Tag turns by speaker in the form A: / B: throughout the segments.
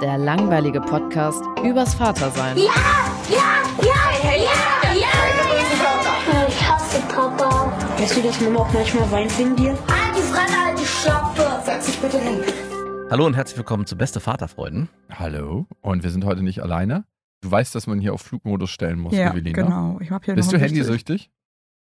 A: der langweilige Podcast übers Vatersein.
B: Ich hasse Papa.
C: Weißt du, dass Mama auch manchmal weint wegen dir?
B: Halt die Fresse, halt die Schlappe. Setz dich bitte hin.
D: Hallo und herzlich willkommen zu Beste Vaterfreuden.
E: Hallo, und wir sind heute nicht alleine. Du weißt, dass man hier auf Flugmodus stellen muss,
F: Ja,
E: Evelina.
F: genau. Ich hab hier
E: Bist
F: noch
E: du
F: ein bisschen-
E: handysüchtig?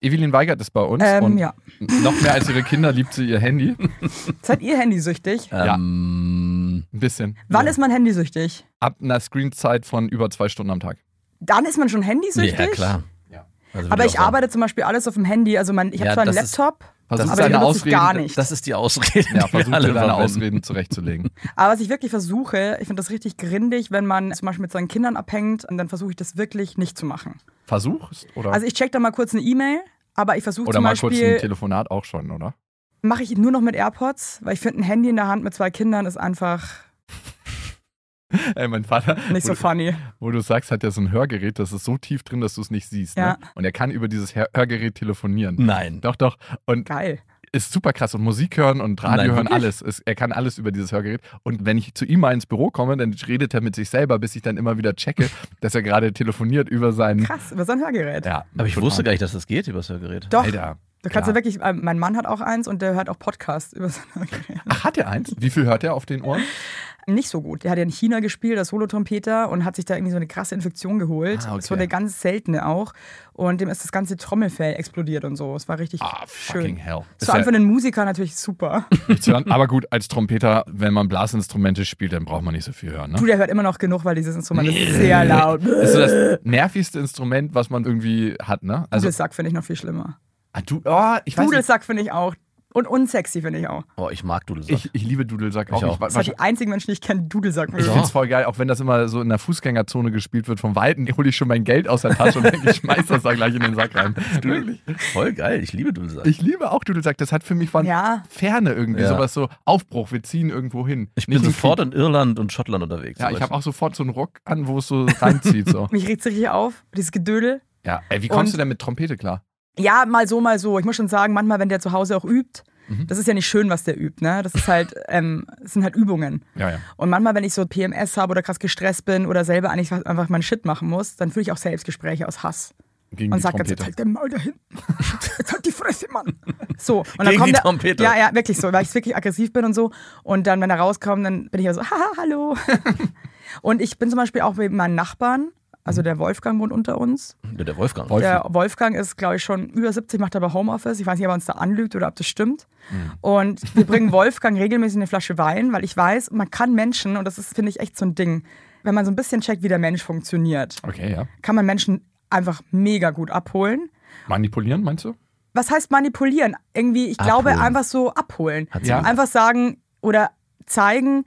E: Evelyn weigert es bei uns
F: Ähm,
E: und
F: ja.
E: noch mehr als ihre Kinder liebt sie ihr Handy.
F: Seid ihr handysüchtig?
E: Ja.
D: Ähm,
E: Ein bisschen.
F: Wann ist man handysüchtig?
E: Ab einer Screenzeit von über zwei Stunden am Tag.
F: Dann ist man schon handysüchtig.
D: Ja, klar.
E: Ja.
D: Also würde
F: Aber ich
D: auch sagen,
F: arbeite zum Beispiel alles auf dem Handy. Also mein, ich habe
D: Ja,
F: zwar einen
D: das ist-
F: Laptop,
E: Versuch
D: ist
F: aber den
E: deine
F: benutze ich
E: Ausreden.
F: gar nicht.
D: Das ist die Ausrede.
E: Ja,
D: die
E: versuch
D: wir alle
E: dir deine
D: verwenden.
E: Ausreden zurechtzulegen.
F: Aber was ich wirklich versuche, ich finde das richtig grindig, wenn man zum Beispiel mit seinen Kindern abhängt und dann versuche ich das wirklich nicht zu machen.
E: Versuchst oder,
F: Also ich check da mal kurz eine E-Mail, aber ich versuche
E: oder
F: zum
E: mal kurz ein
F: Beispiel,
E: Telefonat auch schon, oder?
F: mache ich nur noch mit AirPods, weil ich finde, ein Handy in der Hand mit zwei Kindern ist einfach
E: Ey, mein Vater,
F: nicht so
E: wo,
F: funny.
E: wo du sagst, hat ja so ein Hörgerät, das ist so tief drin, dass du es nicht siehst.
F: Ja. Mhm.
E: Ne? Und er kann über dieses Hör Hörgerät telefonieren.
D: Nein.
E: Doch, doch. Und
F: Geil.
E: ist super krass und Musik hören und Radio
D: Nein,
E: hören,
D: wirklich?
E: alles. Es, er kann alles über dieses Hörgerät. Und wenn ich zu ihm mal ins Büro komme, dann redet er mit sich selber, bis ich dann immer wieder checke, dass er gerade telefoniert über seinen.
F: Krass, über so ein Hörgerät.
E: Ja,
D: Aber ich
E: total.
D: wusste gar nicht, dass das geht über das Hörgerät.
F: Doch,
E: Alter.
F: da kannst du
E: klar.
F: wirklich, äh, mein Mann hat auch eins und der hört auch Podcasts über sein Hörgerät.
E: Ach, hat er eins? Wie viel hört er auf den Ohren?
F: nicht so gut. Der hat ja in China gespielt, als Solotrompeter, und hat sich da irgendwie so eine krasse Infektion geholt.
D: Ah, okay.
F: Das wurde ganz seltene auch. Und dem ist das ganze Trommelfell explodiert und so. Es war richtig
E: Ah, Fucking
F: schön.
E: hell.
F: Das
E: Ist
F: war
E: ja
F: einfach ein Musiker natürlich super.
E: nicht zu hören. Aber gut, als Trompeter, wenn man Blasinstrumente spielt, dann braucht man nicht so viel hören.
F: du,
E: Ne?
F: der hört immer noch genug, weil dieses Instrument ist sehr laut.
E: Das ist so das nervigste Instrument, was man irgendwie hat, ne? Also,
F: Dudelsack finde ich noch viel schlimmer.
E: ah, du, oh, ich weiß nicht.
F: Dudelsack finde ich auch. Und unsexy finde ich auch.
D: Oh, ich mag Dudelsack.
E: Ich, ich liebe Dudelsack auch.
D: Ich auch.
E: Wa-
F: Das war die einzigen Menschen, die ich kenne, die Dudelsack
E: Ich
D: Ja.
F: mögen.
E: finde es voll geil, auch wenn das immer so in der Fußgängerzone gespielt wird. Vom Weiten hole ich schon mein Geld aus der Tasche und denke, ich schmeiß das da gleich in den Sack rein. Wirklich.
D: Voll geil, ich liebe Dudelsack.
E: Ich liebe auch Dudelsack. Das hat für mich von
F: Ja.
E: Ferne irgendwie
D: Ja.
E: sowas so Aufbruch. Wir ziehen irgendwo hin.
D: Ich bin
E: Nicht im
D: sofort
E: Krieg.
D: in Irland und Schottland unterwegs.
E: Ja, ich habe auch sofort so einen Ruck an, wo es so reinzieht. So.
F: Mich regt richtig auf, dieses Gedödel.
E: ja. Ey, wie kommst
F: Und-
E: du denn mit Trompete klar?
F: Ja, mal so, mal so. Ich muss schon sagen, manchmal, wenn der zu Hause auch übt,
E: Mhm.
F: das ist ja nicht schön, was der übt. Ne? Das ist halt, ähm, das sind halt Übungen.
E: Ja, ja.
F: Und manchmal, wenn ich so PMS habe oder krass gestresst bin oder selber eigentlich was- einfach meinen Shit machen muss, dann fühle ich auch Selbstgespräche aus Hass.
E: Gegen
F: Und
E: die
F: sag ganz, jetzt
E: Trompete.
F: halt den Maul da hinten. Jetzt halt die Fresse, Mann. So. Und dann
D: Gegen
F: kommt
D: die
F: der-
D: Trompete.
F: Ja, ja, wirklich so, weil ich wirklich aggressiv bin und so. Und dann, wenn er rauskommt, dann bin ich ja so, haha, hallo. und ich bin zum Beispiel auch mit meinen Nachbarn, also der Wolfgang wohnt unter uns.
D: Ja, der Wolfgang.
E: Wolf-
F: Der Wolfgang ist, glaube ich, schon über 70, macht aber Homeoffice. Ich weiß nicht, ob er uns da anlügt oder ob das stimmt.
D: Hm.
F: Und wir bringen Wolfgang regelmäßig eine Flasche Wein, weil ich weiß, man kann Menschen, und das ist, finde ich, echt so ein Ding, wenn man so ein bisschen checkt, wie der Mensch funktioniert,
E: Okay, ja.
F: kann man Menschen einfach mega gut abholen.
E: Manipulieren, meinst du?
F: Was heißt manipulieren? Irgendwie, ich glaube,
D: Abholen.
F: einfach so abholen.
D: Hat
E: Ja.
D: gesagt.
F: Einfach sagen oder zeigen,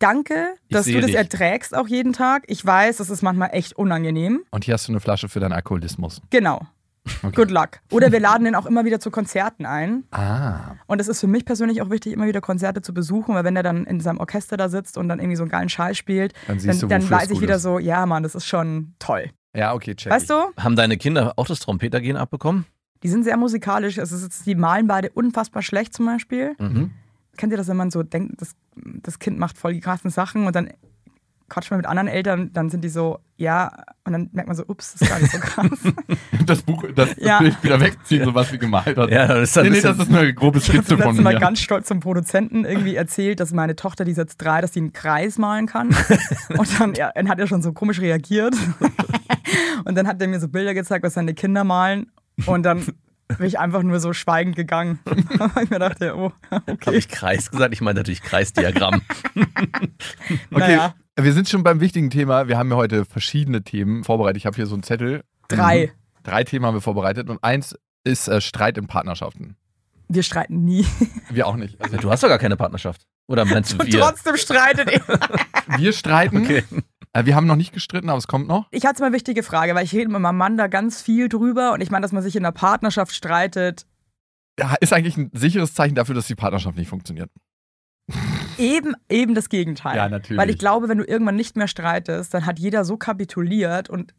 F: danke,
D: Ich
F: dass
D: sehe
F: du das
D: dich.
F: erträgst auch jeden Tag. Ich weiß, das ist manchmal echt unangenehm.
E: Und hier hast du eine Flasche für deinen Alkoholismus.
F: Genau. Good luck. Oder wir laden den auch immer wieder zu Konzerten ein.
E: Ah.
F: Und es ist für mich persönlich auch wichtig, immer wieder Konzerte zu besuchen, weil wenn der dann in seinem Orchester da sitzt und dann irgendwie so einen geilen Schall spielt,
E: Dann siehst
F: dann,
E: du,
F: dann
E: wofür es
F: weiß ich
E: gut
F: wieder
E: ist.
F: so, ja Mann, das ist schon toll.
E: Ja, okay, check.
F: Weißt du,
D: Haben deine Kinder auch das Trompetergehen abbekommen?
F: die sind sehr musikalisch. Es ist jetzt, die malen beide unfassbar schlecht zum Beispiel.
E: Mhm.
F: Kennt ihr das, wenn man so denkt, das, das Kind macht voll die krassen Sachen und dann quatscht man mit anderen Eltern, dann sind die so, ja, und dann merkt man so, ups, das ist gar nicht so krass.
G: Das Buch, das
F: Ja.
G: will ich wieder wegziehen, so was sie gemalt hat.
D: Ja, das ist ein
G: nee, nee,
D: bisschen-
G: das ist eine grobe
F: Ich habe
G: Skizze von
F: letztes Mal
G: mir.
F: ganz stolz zum Produzenten irgendwie erzählt, dass meine Tochter, die ist jetzt drei, dass die einen Kreis malen kann. Und dann, ja, dann hat er schon so komisch reagiert. Und dann hat er mir so Bilder gezeigt, was seine Kinder malen. Und dann bin ich einfach nur so schweigend gegangen. ich mir dachte, oh,
D: Habe
F: okay.
D: ich Kreis gesagt? Ich meine natürlich Kreisdiagramm.
E: Okay,
F: Naja.
E: wir sind schon beim wichtigen Thema. Wir haben ja heute verschiedene Themen vorbereitet. Ich habe hier so einen Zettel. Mhm.
F: Drei.
E: Drei Themen haben wir vorbereitet und eins ist äh, Streit in Partnerschaften.
F: Wir streiten nie.
E: Wir auch nicht. Also
D: du hast doch gar keine Partnerschaft. Oder meinst du
F: Und
D: wir?
F: trotzdem streitet ihr.
E: wir streiten.
D: Okay.
E: Äh, wir haben noch nicht gestritten, aber es kommt noch.
F: Ich hatte mal eine wichtige Frage, weil ich rede mit meinem Mann da ganz viel drüber. Und ich meine, dass man sich in der Partnerschaft streitet.
E: Ja, ist eigentlich ein sicheres Zeichen dafür, dass die Partnerschaft nicht funktioniert.
F: Eben, eben das Gegenteil.
E: natürlich.
F: Weil ich glaube, wenn du irgendwann nicht mehr streitest, dann hat jeder so kapituliert und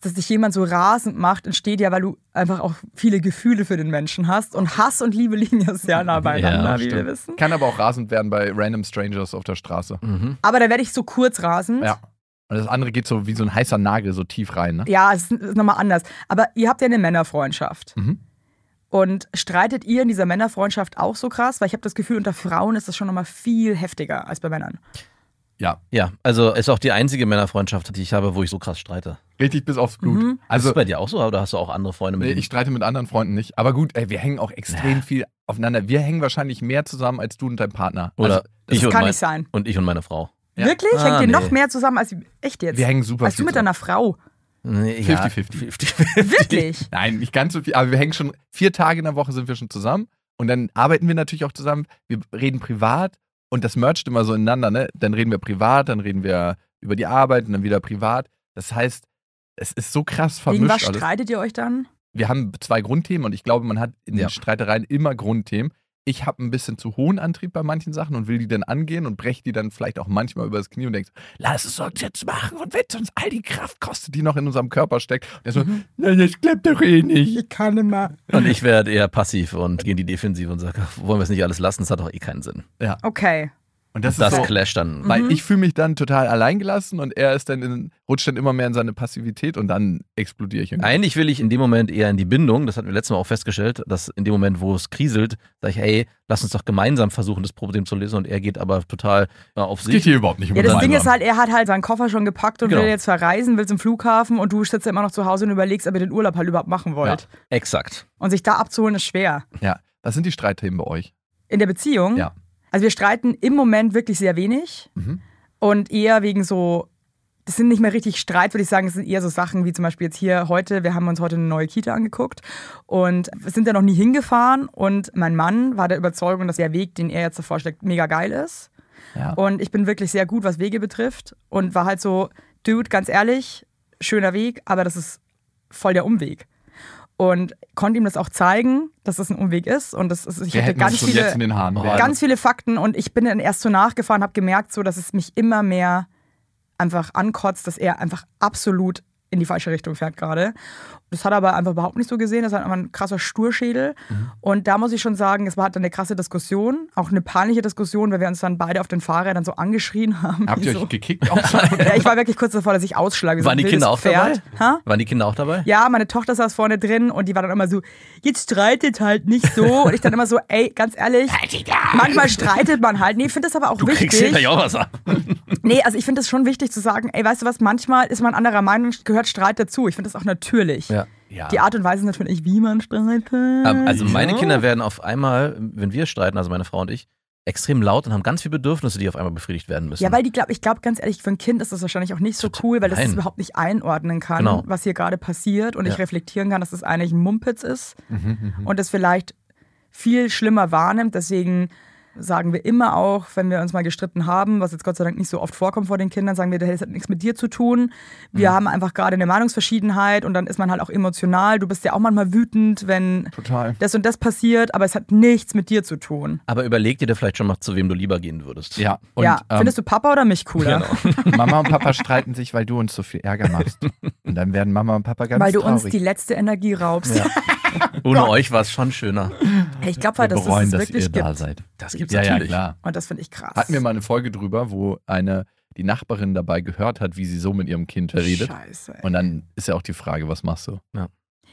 F: dass dich jemand so rasend macht, entsteht ja, weil du einfach auch viele Gefühle für den Menschen hast. Und Hass und Liebe liegen ja sehr nah
D: Ja,
F: beieinander, wie wir
D: stimmt.
F: wissen. Hm?
E: Kann aber auch rasend werden bei random Strangers auf der Straße.
D: Mhm.
F: Aber da werde ich so kurz rasend.
E: Ja. Und das andere geht so wie so ein heißer Nagel so tief rein. Ne?
F: Ja, es ist nochmal anders. Aber ihr habt ja eine Männerfreundschaft.
E: Mhm.
F: Und streitet ihr in dieser Männerfreundschaft auch so krass? Weil ich habe das Gefühl, unter Frauen ist das schon nochmal viel heftiger als bei Männern.
E: Ja,
D: Ja, also ist auch die einzige Männerfreundschaft, die ich habe, wo ich so krass streite.
E: richtig bis aufs Blut.
F: Mhm.
D: Also, ist
E: Also
D: das bei dir auch so oder hast du auch andere Freunde mit?
E: nee,
D: denen-
E: ich streite mit anderen Freunden nicht. Aber gut, ey, wir hängen auch extrem viel aufeinander. Wir hängen wahrscheinlich mehr zusammen als du und dein Partner.
D: oder
E: also,
F: Das
D: ich und
F: kann
D: mein-
F: nicht sein.
D: Und ich und meine Frau.
E: Ja.
F: Wirklich?
D: Ah,
F: Hängt ihr
D: nee.
F: noch mehr zusammen als echt jetzt?
E: wir hängen super
F: als du
E: viel
F: mit
E: zusammen.
F: deiner Frau.
D: Nee, ja,
E: 50-50.
D: 50-50.
F: Wirklich?
E: Nein, nicht ganz so viel. Aber wir hängen schon vier Tage in der Woche sind wir schon zusammen. Und dann arbeiten wir natürlich auch zusammen. Wir reden privat und das mergt immer so ineinander. Ne? Dann reden wir privat, dann reden wir über die Arbeit und dann wieder privat. Das heißt, es ist so krass
F: Wegen was
E: vermischt alles.
F: streitet ihr euch dann?
E: Wir haben zwei Grundthemen und ich glaube, man hat in
D: Ja.
E: den Streitereien immer Grundthemen. Ich habe ein bisschen zu hohen Antrieb bei manchen Sachen und will die dann angehen und breche die dann vielleicht auch manchmal übers Knie und denke, lass es uns jetzt machen und wenn es uns all die Kraft kostet, die noch in unserem Körper steckt. Und er so, nein, das klappt doch eh nicht.
F: Mhm. kann immer.
D: Und ich werde eher passiv und gehe in die Defensive und sage, wollen wir es nicht alles lassen? Das hat doch eh keinen Sinn.
F: Okay.
E: Und
D: Das,
E: das, ist so,
D: clasht dann.
E: Mhm. weil
F: Mhm.
E: ich fühle mich dann total alleingelassen und er ist dann in, rutscht dann immer mehr in seine Passivität und dann explodiere ich. irgendwie.
D: Eigentlich will ich in dem Moment eher in die Bindung, das hatten wir letztes Mal auch festgestellt, dass in dem Moment, wo es kriselt, sage ich, ey, lass uns doch gemeinsam versuchen, das Problem zu lösen und er geht aber total äh, auf
G: Es geht
D: sich.
G: hier überhaupt nicht um
F: Ja, das
G: uns
F: Ding
G: beide.
F: ist halt, er hat halt seinen Koffer schon gepackt und
D: Genau.
F: will jetzt verreisen, will zum Flughafen und du sitzt ja immer noch zu Hause und überlegst, ob ihr den Urlaub halt überhaupt machen wollt.
D: Exakt.
F: Und sich da abzuholen ist schwer.
E: Ja. Was sind die Streitthemen bei euch?
F: In der Beziehung?
E: Ja.
F: Also wir streiten im Moment wirklich sehr wenig
E: Mhm.
F: und eher wegen so, das sind nicht mehr richtig Streit, würde ich sagen, es sind eher so Sachen wie zum Beispiel jetzt hier heute, wir haben uns heute eine neue Kita angeguckt und wir sind da noch nie hingefahren und mein Mann war der Überzeugung, dass der Weg, den er jetzt da vorschlägt, mega geil ist.
E: Ja.
F: Und ich bin wirklich sehr gut, was Wege betrifft und war halt so, Dude, ganz ehrlich, schöner Weg, aber das ist voll der Umweg. Und konnte ihm das auch zeigen, dass das ein Umweg ist. Und das ist, ich
E: Wir
F: hätte
E: hätten uns
F: ganz
E: schon
F: viele,
E: jetzt in den Haaren.
D: Oh,
E: Wer-
F: ganz viele Fakten und ich bin dann erst so nachgefahren, habe gemerkt, so, dass es mich immer mehr einfach ankotzt, dass er einfach absolut in die falsche Richtung fährt gerade. Das hat er aber einfach überhaupt nicht so gesehen. Das war einfach ein krasser Sturschädel.
D: Mhm.
F: Und da muss ich schon sagen, es war halt dann eine krasse Diskussion, auch eine peinliche Diskussion, weil wir uns dann beide auf den Fahrrädern so angeschrien haben.
E: Habt
F: wie
E: ihr
F: so.
E: euch gekickt auch schon?
F: ja, ich war wirklich kurz davor, dass ich ausschlage. wie so
D: Waren
F: ein
D: die
F: wildes
D: Kinder auch
F: Pferd. Ha?
D: Waren die Kinder auch dabei?
F: Ja, meine Tochter saß vorne drin und die war dann immer so, jetzt streitet halt nicht so. Und ich dann immer so, ey, ganz ehrlich, manchmal streitet man halt. Nee, ich finde das aber auch
D: Du kriegst
F: wichtig.
D: hinterher auch was ab.
F: Nee, also ich finde es schon wichtig zu sagen, ey, weißt du was, manchmal ist man anderer Meinung, gehört Streit dazu. Ich finde das auch natürlich.
D: Ja.
F: Die Art und Weise ist natürlich, wie man streitet.
D: Ähm, Also meine Kinder werden auf einmal, wenn wir streiten, also meine Frau und ich, extrem laut und haben ganz viele Bedürfnisse, die auf einmal befriedigt werden müssen.
F: ja, weil die glaub, ich glaube, ganz ehrlich, für ein Kind ist das wahrscheinlich auch nicht so cool, weil das
D: Nein.
F: es überhaupt nicht einordnen kann,
D: Genau.
F: was hier gerade passiert und ich
D: Ja.
F: reflektieren kann, dass es eigentlich ein Mumpitz ist. und das vielleicht viel schlimmer wahrnimmt. Deswegen sagen wir immer auch, wenn wir uns mal gestritten haben, was jetzt Gott sei Dank nicht so oft vorkommt vor den Kindern, sagen wir, das hat nichts mit dir zu tun. Wir haben einfach gerade eine Meinungsverschiedenheit und dann ist man halt auch emotional. Du bist ja auch manchmal wütend, wenn
E: Total.
F: das und das passiert, aber es hat nichts mit dir zu tun.
D: Aber überleg dir da vielleicht schon mal, zu wem du lieber gehen würdest.
E: Ja. Und
F: ja,
E: ähm,
F: findest du Papa oder mich cooler?
E: Mama und Papa streiten sich, weil du uns so viel Ärger machst. Und dann werden Mama und Papa ganz
F: Weil du
E: traurig.
F: uns die letzte Energie raubst.
D: Ja. Ohne euch war es schon schöner.
F: Ich glaube halt, dass es das wirklich gibt.
E: seid.
D: Das gibt's
E: ja, ja,
D: natürlich.
E: klar.
F: Und das finde ich krass.
E: Hatten wir mal eine Folge drüber, wo eine,
G: die Nachbarin dabei gehört hat, wie sie so mit ihrem Kind redet.
F: Scheiße. Ey.
G: Und dann ist ja auch die Frage, was machst du?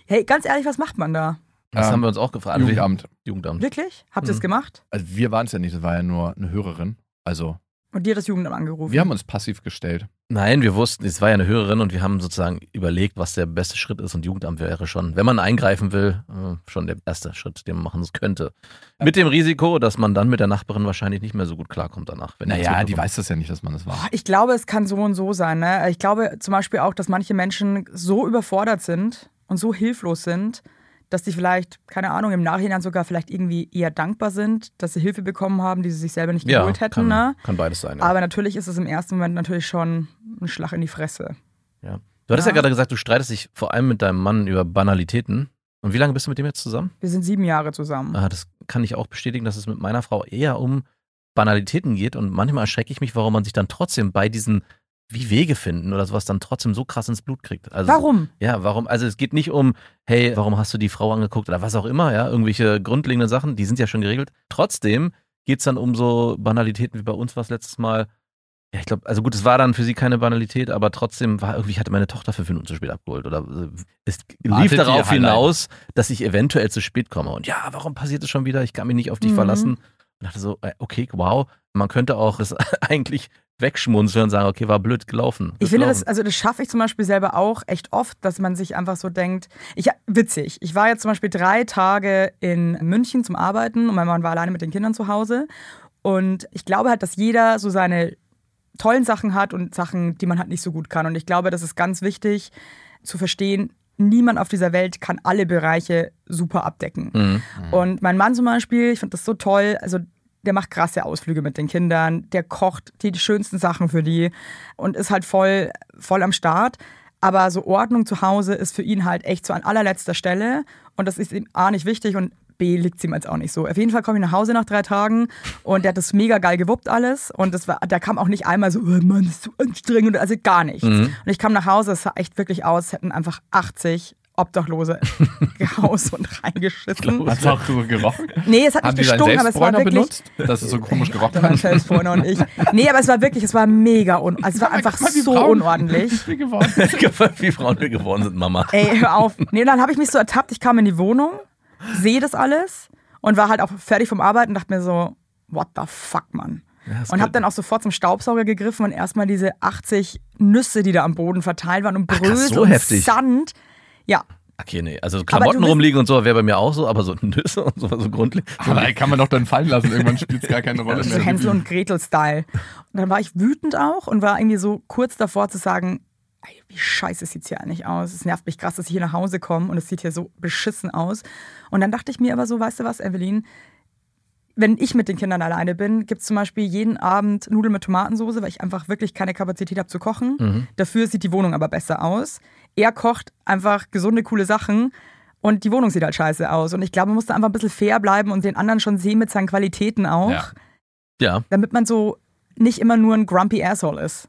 F: Hey, ganz ehrlich, was macht man da?
D: Das
G: Ähm,
D: haben wir uns auch gefragt.
G: Jugendamt.
D: Jugendamt.
F: Wirklich? Habt ihr es
D: Mhm.
F: gemacht?
G: Also wir waren es ja nicht, das war ja nur eine Hörerin. Also
F: Und dir hat das Jugendamt angerufen?
G: wir haben uns passiv gestellt.
D: Nein, wir wussten, es war ja eine Hörerin und wir haben sozusagen überlegt, was der beste Schritt ist und Jugendamt wäre schon, wenn man eingreifen will, äh, schon der erste Schritt, den man machen könnte. Mit dem Risiko, dass man dann mit der Nachbarin wahrscheinlich nicht mehr so gut klarkommt danach. wenn das
G: Naja, die
D: mitbekommt.
G: weiß das ja nicht, dass man das war.
F: Ich glaube, es kann so und so sein. Ne? Ich glaube zum Beispiel auch, dass manche Menschen so überfordert sind und so hilflos sind, dass die vielleicht, keine Ahnung, im Nachhinein sogar vielleicht irgendwie eher dankbar sind, dass sie Hilfe bekommen haben, die sie sich selber nicht geholt
D: ja,
F: hätten.
D: Kann,
F: Ne?
D: kann beides sein. Ja.
F: Aber natürlich ist es im ersten Moment natürlich schon ein Schlag in die Fresse.
D: ja. Du hattest ja.
F: Ja.
D: gerade gesagt, du streitest dich vor allem mit deinem Mann über Banalitäten. Und wie lange bist du mit dem jetzt zusammen?
F: Wir sind sieben Jahre zusammen.
D: Ah, das kann ich auch bestätigen, dass es mit meiner Frau eher um Banalitäten geht. Und manchmal erschrecke ich mich, warum man sich dann trotzdem bei diesen wie Wege finden oder sowas dann trotzdem so krass ins Blut kriegt. Also,
F: Warum?
D: Ja, warum? Also es geht nicht um, hey, warum hast du die Frau angeguckt oder was auch immer, ja, irgendwelche grundlegenden Sachen, die sind ja schon geregelt. Trotzdem geht es dann um so Banalitäten wie bei uns war es letztes Mal. Ja, ich glaube, also gut, es war dann für sie keine Banalität, aber trotzdem war irgendwie, ich hatte meine Tochter fünf Minuten zu spät abgeholt oder äh, es lief
G: Wartet ihr
F: halt
D: darauf
G: Highlight?
D: hinaus, dass ich eventuell zu spät komme. Und ja, warum passiert es schon wieder? Ich kann mich nicht auf dich
F: Mhm.
D: verlassen. Und dachte so, äh, okay, wow, man könnte auch das eigentlich wegschmunzeln und sagen, okay, war blöd gelaufen.
F: Ich finde das,
D: Blöd
F: also das schaffe ich zum Beispiel selber auch echt oft, dass man sich einfach so denkt, ich, witzig, ich war jetzt zum Beispiel drei Tage in München zum Arbeiten und mein Mann war alleine mit den Kindern zu Hause und ich glaube halt, dass jeder so seine tollen Sachen hat und Sachen, die man halt nicht so gut kann und ich glaube, das ist ganz wichtig zu verstehen, niemand auf dieser Welt kann alle Bereiche super abdecken.
D: gelaufen. Mhm.
F: Und mein Mann zum Beispiel, ich finde das so toll, also der macht krasse Ausflüge mit den Kindern, der kocht die, die schönsten Sachen für die und ist halt voll, voll am Start. Aber so Ordnung zu Hause ist für ihn halt echt so an allerletzter Stelle und das ist ihm A nicht wichtig und B liegt ihm jetzt auch nicht so. Auf jeden Fall komme ich nach Hause nach drei Tagen und der hat das mega geil gewuppt alles und das war, der kam auch nicht einmal so, oh Mann, das ist so anstrengend, also gar nichts. Und ich kam nach Hause, es sah echt wirklich aus, es hätten einfach 80 Obdachlose gehaust und reingeschissen.
G: Hat es auch so gerochen?
F: Nee, es hat
G: Haben
F: nicht
G: die deinen
F: gestunken, aber es war
G: Selbstbräuner
F: wirklich.
G: benutzt? Dass es so komisch gerochen
F: Mein
G: hat?
F: Selbstbräuner und ich. Nee, aber es war wirklich, es war mega un also es war einfach
G: Guck mal, Oh wie
F: so
G: braun
F: unordentlich.
G: wir geworden sind.
D: wie Frauen wir geworden sind, Mama.
F: Ey, hör auf. Nee, und dann habe ich mich so ertappt, ich kam in die Wohnung, sehe das alles und war halt auch fertig vom Arbeiten und dachte mir so, what the fuck, Mann. Und habe dann auch sofort zum Staubsauger gegriffen und erstmal diese 80 Nüsse, die da am Boden verteilt waren und
D: Ach, krass,
F: Brösel
D: so
F: und
D: heftig.
F: Sand. Ja,
D: Okay, nee, also
F: du
D: Klamotten
F: bist-
D: rumliegen und so wäre bei mir auch so, aber so Nüsse und so, so grundlegend.
G: Aber ey, kann man doch dann fallen lassen. Irgendwann spielt es gar keine Rolle
F: So
G: mehr.
F: Hänsel und Gretel-Style. Und dann war ich wütend auch und war irgendwie so kurz davor zu sagen, ey, wie scheiße sieht's hier eigentlich aus. Es nervt mich krass, dass ich hier nach Hause komme und es sieht hier so beschissen aus. Und dann dachte ich mir aber so, weißt du was, Evelyn, wenn ich mit den Kindern alleine bin, gibt's zum Beispiel jeden Abend Nudeln mit Tomatensoße, weil ich einfach wirklich keine Kapazität habe zu kochen. Dafür sieht die Wohnung aber besser aus. Er kocht einfach gesunde, coole Sachen und die Wohnung sieht halt scheiße aus. Und ich glaube, man muss da einfach ein bisschen fair bleiben und den anderen schon sehen mit seinen Qualitäten auch
G: Ja.
D: Ja,
F: damit man so nicht immer nur ein grumpy Asshole ist.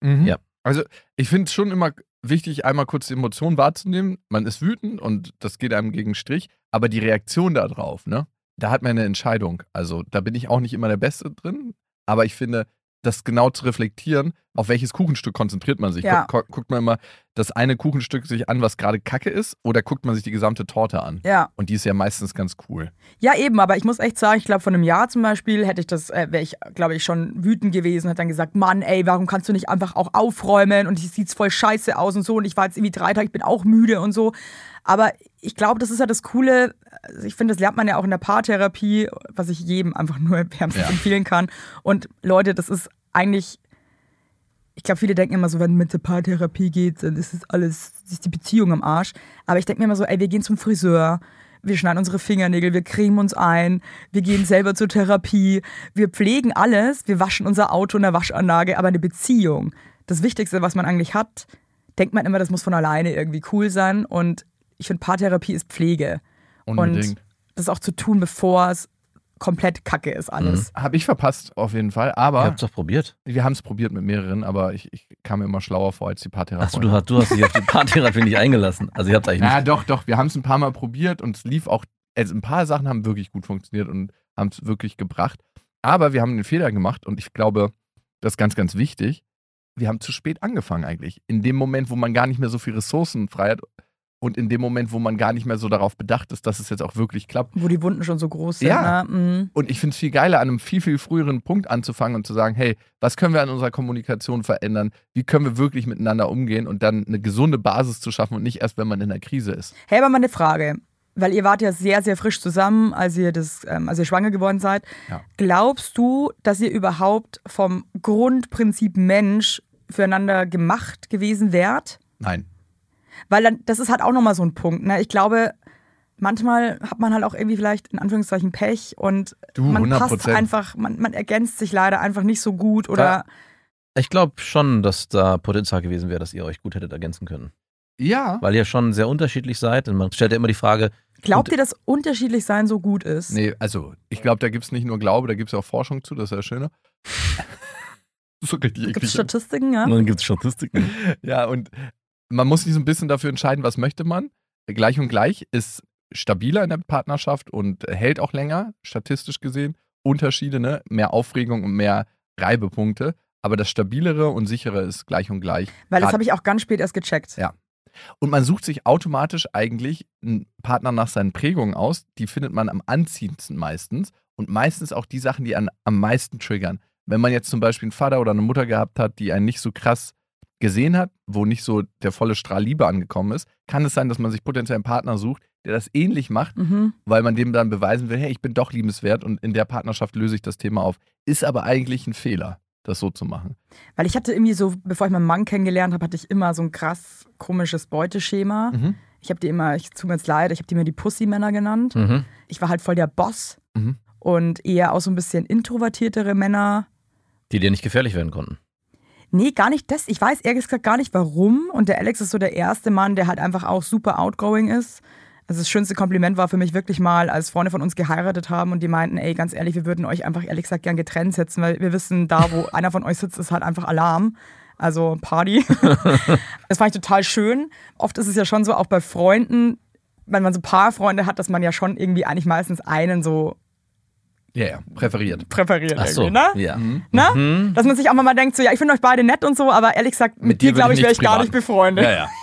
G: Mhm.
D: Ja.
G: Also ich finde es schon immer wichtig, einmal kurz die Emotionen wahrzunehmen. Man ist wütend und das geht einem gegen den Strich, aber die Reaktion darauf, ne, da hat man eine Entscheidung. Also da bin ich auch nicht immer der Beste drin, aber ich finde, das genau zu reflektieren, auf welches Kuchenstück konzentriert man sich.
F: Ja.
G: Gu- gu- Guckt man immer das eine Kuchenstück sich an, was gerade Kacke ist, oder guckt man sich die gesamte Torte an?
F: Ja.
G: Und die ist ja meistens ganz cool.
F: Ja, eben, aber ich muss echt sagen, ich glaube, vor einem Jahr zum Beispiel hätte ich das, äh, wäre ich, glaube ich, schon wütend gewesen, hätte dann gesagt, Mann, ey, warum kannst du nicht einfach auch aufräumen und es sieht voll scheiße aus und so und ich war jetzt irgendwie drei Tage, ich bin auch müde und so. Aber ich glaube, das ist ja das Coole, also ich finde, das lernt man ja auch in der Paartherapie, was ich jedem einfach nur wärmstens
G: Ja.
F: empfehlen kann. Und Leute, das ist eigentlich ich glaube, viele denken immer so, wenn man mit der Paartherapie geht, dann ist es alles, ist die Beziehung am Arsch. Aber ich denke mir immer so, ey, wir gehen zum Friseur, wir schneiden unsere Fingernägel, wir cremen uns ein, wir gehen selber zur Therapie, wir pflegen alles, wir waschen unser Auto in der Waschanlage, aber eine Beziehung, das Wichtigste, was man eigentlich hat, denkt man immer, das muss von alleine irgendwie cool sein. Und ich finde, Paartherapie ist Pflege.
G: Unbedingt.
F: Und das auch zu tun, bevor es komplett kacke ist alles.
E: Mhm.
G: Habe ich verpasst, auf jeden Fall.
D: ihr
G: Aber
D: habt's doch probiert.
G: wir haben es probiert mit mehreren, aber ich, ich kam mir immer schlauer vor als die Paartherapie.
D: Achso, du, hast- du hast dich auf die Paartherapie nicht eingelassen. Also ihr habt eigentlich
G: Na
D: nicht.
G: doch, doch. Wir haben es ein paar Mal probiert und es lief auch. Also ein paar Sachen haben wirklich gut funktioniert und haben es wirklich gebracht. Aber wir haben den Fehler gemacht und ich glaube,
E: das ist ganz, ganz wichtig, wir haben zu spät angefangen eigentlich. In dem Moment, wo man gar nicht mehr so viel Ressourcen frei hat und in dem Moment, wo man gar nicht mehr so darauf bedacht ist, dass es jetzt auch wirklich klappt.
F: Wo die Wunden schon so groß sind.
E: Ja.
F: Ne? Mhm.
E: Und ich finde es viel geiler, an einem viel, viel früheren Punkt anzufangen und zu sagen, hey, was können wir an unserer Kommunikation verändern? Wie können wir wirklich miteinander umgehen und dann eine gesunde Basis zu schaffen und nicht erst, wenn man in der Krise ist.
F: Hey, aber mal eine Frage. Weil ihr wart ja sehr, sehr frisch zusammen, als ihr, das, ähm, als ihr schwanger geworden seid.
E: Ja.
F: Glaubst du, dass ihr überhaupt vom Grundprinzip Mensch füreinander gemacht gewesen wärt?
E: Nein.
F: Weil dann, das ist halt auch nochmal so ein Punkt. Ne? Ich glaube, manchmal hat man halt auch irgendwie vielleicht in Anführungszeichen Pech und
E: Du,
F: man
E: 100
F: passt
E: Uh, Prozent.
F: einfach, man, man ergänzt sich leider einfach nicht so gut oder
D: Ich glaube schon, dass da Potenzial gewesen wäre, dass ihr euch gut hättet ergänzen können.
E: Ja.
D: Weil ihr schon sehr unterschiedlich seid und man stellt ja immer die Frage,
F: glaubt ihr, dass unterschiedlich sein so gut ist?
E: Nee, also ich glaube, da gibt es nicht nur Glaube, da gibt es auch Forschung zu, das ist ja schöner. so richtig
F: Gibt es
E: eklig.
F: Statistiken, ja?
D: dann gibt es Statistiken.
E: Ja, und man muss sich so ein bisschen dafür entscheiden, was möchte man. Gleich und gleich ist stabiler in der Partnerschaft und hält auch länger, statistisch gesehen. Unterschiede, ne? mehr Aufregung und mehr Reibepunkte. Aber das Stabilere und Sichere ist gleich und gleich.
F: Weil das
E: Grad-
F: habe ich auch ganz spät erst gecheckt.
E: Ja. Und man sucht sich automatisch eigentlich einen Partner nach seinen Prägungen aus. Die findet man am anziehendsten meistens und meistens auch die Sachen, die einen am meisten triggern. Wenn man jetzt zum Beispiel einen Vater oder eine Mutter gehabt hat, die einen nicht so krass gesehen hat, wo nicht so der volle Strahl Liebe angekommen ist, kann es sein, dass man sich potenziell einen Partner sucht, der das ähnlich macht,
F: Mhm.
E: weil man dem dann beweisen will, hey, ich bin doch liebenswert und in der Partnerschaft löse ich das Thema auf. Ist aber eigentlich ein Fehler, das so zu machen.
F: Weil ich hatte irgendwie so, bevor ich meinen Mann kennengelernt habe, hatte ich immer so ein krass komisches Beuteschema.
E: Mhm.
F: Ich habe die immer, ich tut mir jetzt leid, ich habe die mir die Pussy-Männer genannt.
D: Mhm.
F: Ich war halt voll der Boss
E: Mhm.
F: und eher auch so ein bisschen introvertiertere Männer.
D: Die dir nicht gefährlich werden konnten.
F: Nee, gar nicht das. Ich weiß ehrlich gesagt gar nicht warum. Und der Alex ist so der erste Mann, der halt einfach auch super outgoing ist. Also das schönste Kompliment war für mich wirklich mal, als Freunde von uns geheiratet haben und die meinten, ey, ganz ehrlich, wir würden euch einfach ehrlich gesagt gern getrennt setzen, weil wir wissen, da wo einer von euch sitzt, ist halt einfach Alarm. Also Party. das fand ich total schön. Oft ist es ja schon so, auch bei Freunden, wenn man so Paarfreunde hat, dass man ja schon irgendwie eigentlich meistens einen so
E: Ja, ja, präferiert.
F: präferiert.
G: Äh,
D: Ach so,
F: irgendwie, ne?
D: ja.
G: Mhm.
F: Ne? Dass man sich auch mal mal denkt, so, ja, ich finde euch beide nett und so, aber ehrlich gesagt, mit,
E: Mhm. Mit
F: dir,
E: dir
F: glaube
E: will
F: ich,
E: ich
F: wäre ich
E: nicht
F: gar
E: privat.
F: nicht befreundet.
E: ja.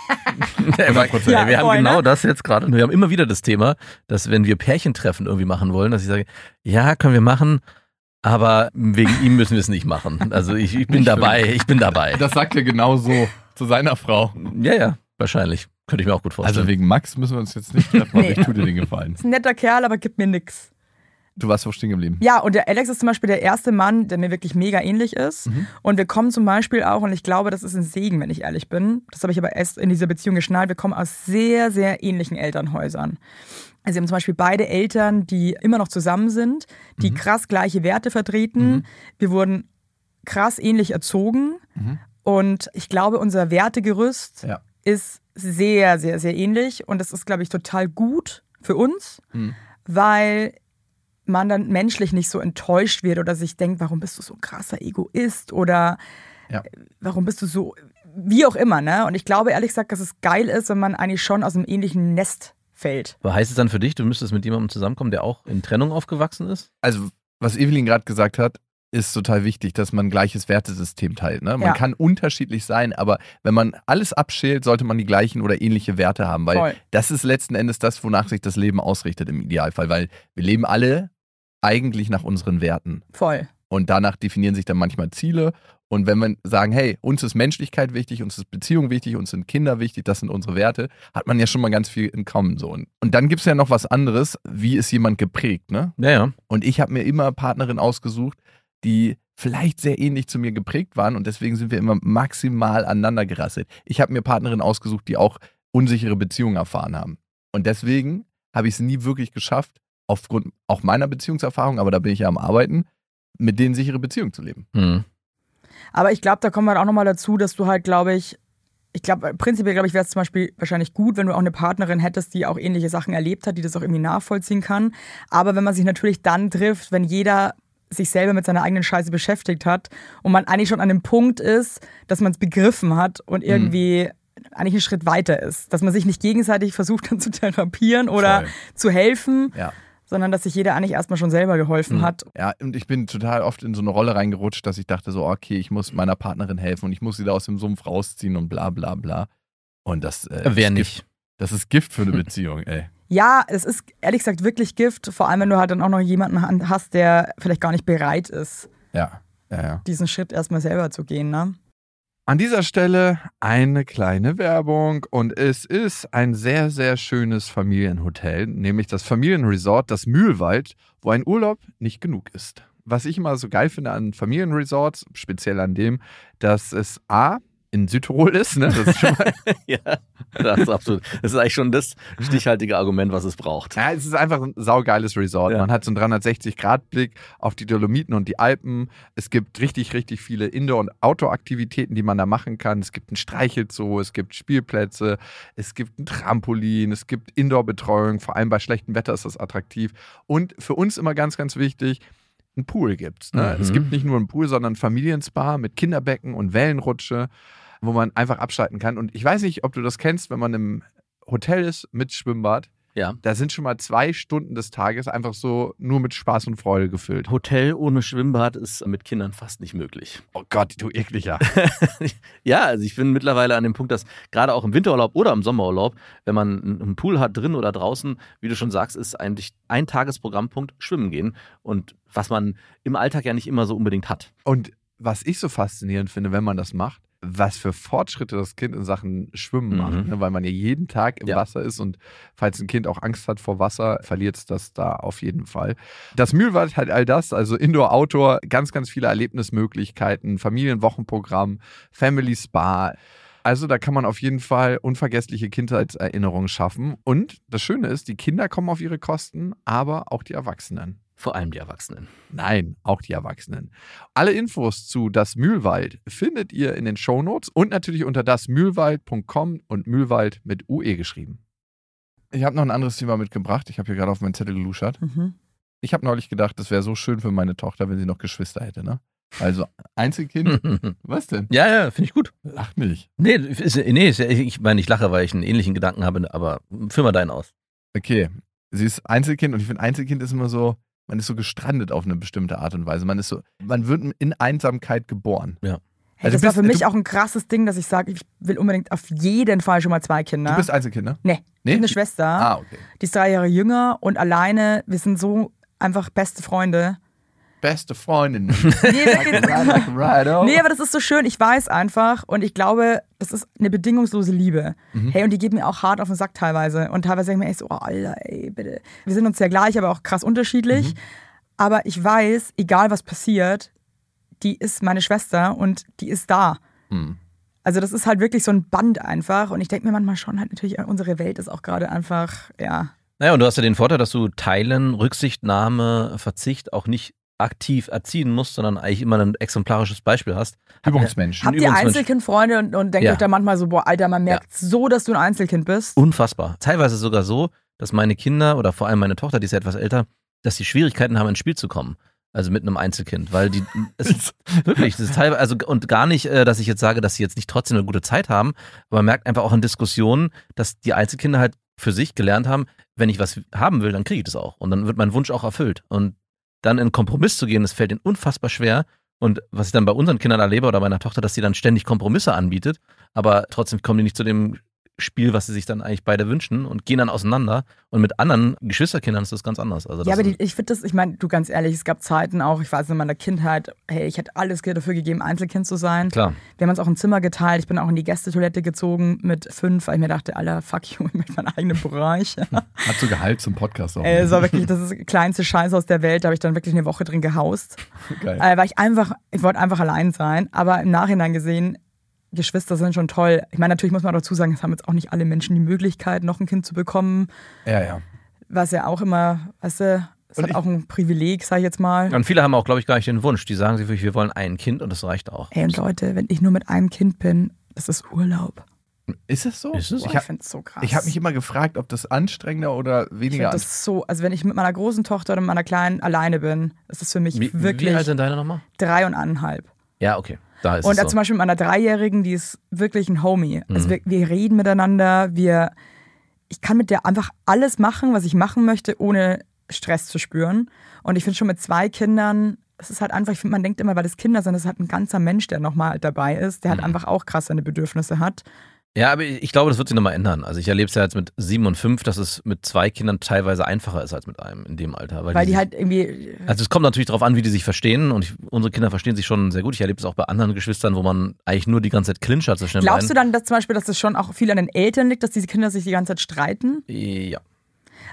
E: Immer kurz,
F: Ja,
D: wir haben
F: voll, ne?
D: genau das jetzt gerade. und Wir haben immer wieder das Thema, dass wenn wir Pärchentreffen irgendwie machen wollen, dass ich sage, ja, können wir machen, aber wegen ihm müssen wir es nicht machen. Also ich, ich bin
E: Nicht
D: dabei, ich bin dabei.
E: Das sagt er genau so zu seiner Frau.
D: ja, ja, wahrscheinlich. Könnte ich mir auch gut vorstellen.
E: Also wegen Max müssen wir uns jetzt nicht treffen, aber
F: Nee.
E: ich tue dir den Gefallen.
F: Ist ein netter Kerl, aber gibt mir nix.
E: Du warst wo stehen geblieben.
F: Ja, und der Alex ist zum Beispiel der erste Mann, der mir wirklich mega ähnlich ist. Und wir kommen zum Beispiel auch, und ich glaube, das ist ein Segen, wenn ich ehrlich bin. Das habe ich aber erst in dieser Beziehung geschnallt. Wir kommen aus sehr, sehr ähnlichen Elternhäusern. Also wir haben zum Beispiel beide Eltern, die immer noch zusammen sind, die krass gleiche Werte vertreten. Wir wurden krass ähnlich erzogen. Und ich glaube, unser Wertegerüst
E: Ja.
F: ist sehr, sehr, sehr ähnlich. Und das ist, glaube ich, total gut für uns, weil man dann menschlich nicht so enttäuscht wird oder sich denkt, warum bist du so ein krasser Egoist oder
E: Ja.
F: äh, warum bist du so, wie auch immer. Ne? Und ich glaube ehrlich gesagt, dass es geil ist, wenn man eigentlich schon aus einem ähnlichen Nest fällt.
D: Aber heißt es dann für dich, du müsstest mit jemandem zusammenkommen, der auch in Trennung aufgewachsen ist?
E: Also, was Evelyn gerade gesagt hat, ist total wichtig, dass man ein gleiches Wertesystem teilt. Ne? Man
F: Ja.
E: kann unterschiedlich sein, aber wenn man alles abschält, sollte man die gleichen oder ähnliche Werte haben, weil
F: Voll.
E: das ist letzten Endes das, wonach sich das Leben ausrichtet im Idealfall, weil wir leben alle eigentlich nach unseren Werten.
F: Voll.
E: Und danach definieren sich dann manchmal Ziele. Und wenn wir sagen, hey, uns ist Menschlichkeit wichtig, uns ist Beziehung wichtig, uns sind Kinder wichtig, das sind unsere Werte, hat man ja schon mal ganz viel in Common. So. Und und dann gibt es ja noch was anderes, wie ist jemand geprägt, ne?
D: Ja, ja.
E: Und ich habe mir immer Partnerin ausgesucht, die vielleicht sehr ähnlich zu mir geprägt waren und deswegen sind wir immer maximal aneinander gerasselt. Ich habe mir Partnerin ausgesucht, die auch unsichere Beziehungen erfahren haben. Und deswegen habe ich es nie wirklich geschafft, aufgrund auch meiner Beziehungserfahrung, aber da bin ich ja am Arbeiten, mit denen sichere Beziehung zu leben.
D: Hm.
F: Aber ich glaube, da kommen wir auch nochmal dazu, dass du halt, glaube ich, ich glaube, prinzipiell, glaube ich, wäre es zum Beispiel wahrscheinlich gut, wenn du auch eine Partnerin hättest, die auch ähnliche Sachen erlebt hat, die das auch irgendwie nachvollziehen kann. Aber wenn man sich natürlich dann trifft, wenn jeder sich selber mit seiner eigenen Scheiße beschäftigt hat und man eigentlich schon an dem Punkt ist, dass man es begriffen hat
E: Mhm.
F: und irgendwie eigentlich einen Schritt weiter ist. Dass man sich nicht gegenseitig versucht dann zu therapieren oder
E: Voll.
F: zu helfen,
E: Ja.
F: sondern dass sich jeder eigentlich erstmal schon selber geholfen
D: Mhm.
F: hat.
G: Ja, und ich bin total oft in so eine Rolle reingerutscht, dass ich dachte so, okay, ich muss meiner Partnerin helfen und ich muss sie da aus dem Sumpf rausziehen und bla bla bla. Und das, äh,
D: Wer
G: ist
D: nicht?
G: Gift, das ist Gift für eine Beziehung, ey.
F: Ja, es ist ehrlich gesagt wirklich Gift, vor allem wenn du halt dann auch noch jemanden han- hast, der vielleicht gar nicht bereit ist,
G: Ja, ja, ja.
F: diesen Schritt erstmal selber zu gehen. Ne?
E: An dieser Stelle eine kleine Werbung und es ist ein sehr, sehr schönes Familienhotel, nämlich das Familienresort, das Mühlwald, wo ein Urlaub nicht genug ist. Was ich immer so geil finde an Familienresorts, speziell an dem, dass es A, in Südtirol ist, ne? das ist schon mal
D: ja, das ist absolut. Das ist eigentlich schon das stichhaltige Argument, was es braucht.
E: Ja, es ist einfach ein saugeiles Resort.
D: Ja.
E: Man hat so einen 360-Grad-Blick auf die Dolomiten und die Alpen. Es gibt richtig, richtig viele Indoor- und Outdoor-Aktivitäten, die man da machen kann. Es gibt einen Streichelzoo, es gibt Spielplätze, es gibt ein Trampolin, es gibt Indoor-Betreuung. Vor allem bei schlechtem Wetter ist das attraktiv. Und für uns immer ganz, ganz wichtig, einen Pool gibt es. Ne?
D: Mhm.
E: Es gibt nicht nur einen Pool, sondern ein Familienspa mit Kinderbecken und Wellenrutsche, wo man einfach abschalten kann. Und ich weiß nicht, ob du das kennst, wenn man im Hotel ist mit Schwimmbad.
D: Ja.
E: Da sind schon mal zwei Stunden des Tages einfach so nur mit Spaß und Freude gefüllt.
D: Hotel ohne Schwimmbad ist mit Kindern fast nicht möglich.
E: Oh Gott, du ekliger.
D: Ja, also ich bin mittlerweile an dem Punkt, dass gerade auch im Winterurlaub oder im Sommerurlaub, wenn man einen einen Pool hat drin oder draußen, wie du schon sagst, ist eigentlich ein Tagesprogrammpunkt Schwimmen gehen und was man im Alltag ja nicht immer so unbedingt hat.
E: Und was ich so faszinierend finde, wenn man das macht, was für Fortschritte das Kind in Sachen Schwimmen
D: Mhm.
E: macht, ne? weil man ja jeden Tag im
D: Ja.
E: Wasser ist und falls ein Kind auch Angst hat vor Wasser, verliert es das da auf jeden Fall. Das Mühlwald hat all das, also Indoor, Outdoor, ganz, ganz viele Erlebnismöglichkeiten, Familienwochenprogramm, Family Spa. Also da kann man auf jeden Fall unvergessliche Kindheitserinnerungen schaffen. Und das Schöne ist, die Kinder kommen auf ihre Kosten, aber auch die Erwachsenen.
D: Vor allem die Erwachsenen.
E: Nein, auch die Erwachsenen. Alle Infos zu Das Mühlwald findet ihr in den Shownotes und natürlich unter dasmühlwald.com und Mühlwald mit UE geschrieben.
G: Ich habe noch ein anderes Thema mitgebracht. Ich habe hier gerade auf meinen Zettel geluschert.
F: Mhm.
G: Ich habe neulich gedacht, das wäre so schön für meine Tochter, wenn sie noch Geschwister hätte, ne? Also Einzelkind, was denn?
D: ja, ja, finde ich gut.
G: Lach nicht.
D: Nee, ist, nee ist, ja- ich meine, ich lache, weil ich einen ähnlichen Gedanken habe, aber führ mal deinen aus.
G: Okay, sie ist Einzelkind und ich finde, Einzelkind ist immer so, man ist so gestrandet auf eine bestimmte Art und Weise. Man ist so, man wird in Einsamkeit geboren.
F: Hey,
G: Also
F: das war
G: bist-
F: für mich
G: du-
F: auch ein krasses Ding, dass ich sage, ich will unbedingt auf jeden Fall schon mal zwei Kinder.
G: Du bist Einzelkind, ne?
F: nee, ich
G: Nee?
F: hab eine Schwester,
G: Ah, okay.
F: die ist drei Jahre jünger und alleine, wir sind so einfach beste Freunde.
G: Beste Freundin.
F: Nee, wirklich.
D: Oh.
G: Righto.
F: Nee, aber das ist so schön. Ich weiß einfach und ich glaube, das ist eine bedingungslose Liebe.
D: Mhm.
F: Hey, und die geht mir auch hart auf den Sack teilweise. Und teilweise denke ich mir echt so, oh, Alter, ey, bitte. Wir sind uns ja gleich, aber auch krass
D: Mhm.
F: unterschiedlich. Aber ich weiß, egal was passiert, die ist meine Schwester und die ist da.
D: Mhm.
G: Hm.
F: Also das ist halt wirklich so ein Band einfach. Und ich denke mir manchmal schon halt natürlich, unsere Welt ist auch gerade einfach, ja,
D: Naja, und du hast ja den Vorteil, dass du Teilen, Rücksichtnahme, Verzicht auch nicht aktiv erziehen musst, sondern eigentlich immer ein exemplarisches Beispiel hast.
G: Übungsmensch.
D: Hab-
F: Habt ihr
D: Übungsmensch.
F: Einzelkindfreunde und, und denkt
D: Ja.
F: euch da manchmal so, boah, Alter, man
D: Ja.
F: merkt so, dass du ein Einzelkind bist?
D: Unfassbar. Teilweise sogar so, dass meine Kinder oder vor allem meine Tochter, die ist ja etwas älter, dass sie Schwierigkeiten haben, ins Spiel zu kommen. Also mit einem Einzelkind, weil die es ist wirklich, das ist teilweise, also und gar nicht, äh, dass ich jetzt sage, dass sie jetzt nicht trotzdem eine gute Zeit haben, aber man merkt einfach auch in Diskussionen, dass die Einzelkinder halt für sich gelernt haben, wenn ich was haben will, dann kriege ich das auch. Und dann wird mein Wunsch auch erfüllt. Und dann in einen Kompromiss zu gehen, das fällt ihnen unfassbar schwer. Und was ich dann bei unseren Kindern erlebe oder meiner Tochter, dass sie dann ständig Kompromisse anbietet, aber trotzdem kommen die nicht zu dem Spiel, was sie sich dann eigentlich beide wünschen und gehen dann auseinander. Und mit anderen Geschwisterkindern ist das ganz anders. Also das
F: Ja, aber die,
D: ist-
F: ich finde das, ich meine, du ganz ehrlich, es gab Zeiten auch, ich weiß in meiner Kindheit, hey, ich hätte alles dafür gegeben, Einzelkind zu sein.
D: klar.
F: Wir haben uns auch ein Zimmer geteilt, ich bin auch in die Gästetoilette gezogen mit fünf, weil ich mir dachte, Alter, fuck you, ich möchte meinen eigenen Bereich.
G: Hat so Gehalt zum Podcast auch.
F: Äh, Es war wirklich, das ist der kleinste Scheiß aus der Welt, da habe ich dann wirklich eine Woche drin gehaust.
G: Geil.
F: Äh, weil ich einfach, ich wollte einfach allein sein, aber im Nachhinein gesehen, Geschwister sind schon toll. Ich meine, natürlich muss man auch dazu sagen, es haben jetzt auch nicht alle Menschen die Möglichkeit, noch ein Kind zu bekommen,
G: Ja, ja.
F: was ja auch immer, weißt du, es
G: Und
F: hat
G: ich-
F: auch ein Privileg, sag ich jetzt mal.
D: Und viele haben auch, glaube ich, gar nicht den Wunsch. Die sagen sich wirklich, wir wollen ein Kind und das reicht auch.
F: Ey, und Leute, wenn ich nur mit einem Kind bin, das ist Urlaub.
G: Ist es so?
D: Ist es so?
G: Ich
F: ich
G: habe
F: finde es so krass.
G: ich hab mich immer gefragt, ob das anstrengender oder
F: ich
G: weniger
F: find das so, also wenn ich mit meiner großen Tochter oder mit meiner Kleinen alleine bin, ist das für mich
D: Wie,
F: wirklich
D: wie alt sind deine nochmal?
F: drei und eineinhalb.
D: Ja, okay. Da ist
F: und
D: es
F: da
D: so. Mhm.
F: zum Beispiel mit meiner Dreijährigen, die ist wirklich ein Homie. Also wir, wir reden miteinander, wir, ich kann mit der einfach alles machen, was ich machen möchte, ohne Stress zu spüren. Und ich finde schon mit zwei Kindern, es ist halt einfach, ich finde, man denkt immer, weil das Kinder sind, es ist halt ein ganzer Mensch, der nochmal dabei ist, der halt
E: Mhm.
F: einfach auch krass seine Bedürfnisse hat.
D: Ja, aber ich ich glaube, das wird sich nochmal ändern. Also ich erlebe es ja jetzt mit sieben und fünf, dass es mit zwei Kindern teilweise einfacher ist als mit einem in dem Alter. Weil,
F: Weil die
D: sich-
F: halt irgendwie,
D: Also es kommt natürlich darauf an, wie die sich verstehen und ich, unsere Kinder verstehen sich schon sehr gut. Ich erlebe es auch bei anderen Geschwistern, wo man eigentlich nur die ganze Zeit Clinch hat zwischen den
F: glaubst du
D: beiden.
F: dann, dass zum Beispiel, dass es schon auch viel an den Eltern liegt, dass diese Kinder sich die ganze Zeit streiten?
D: Ja.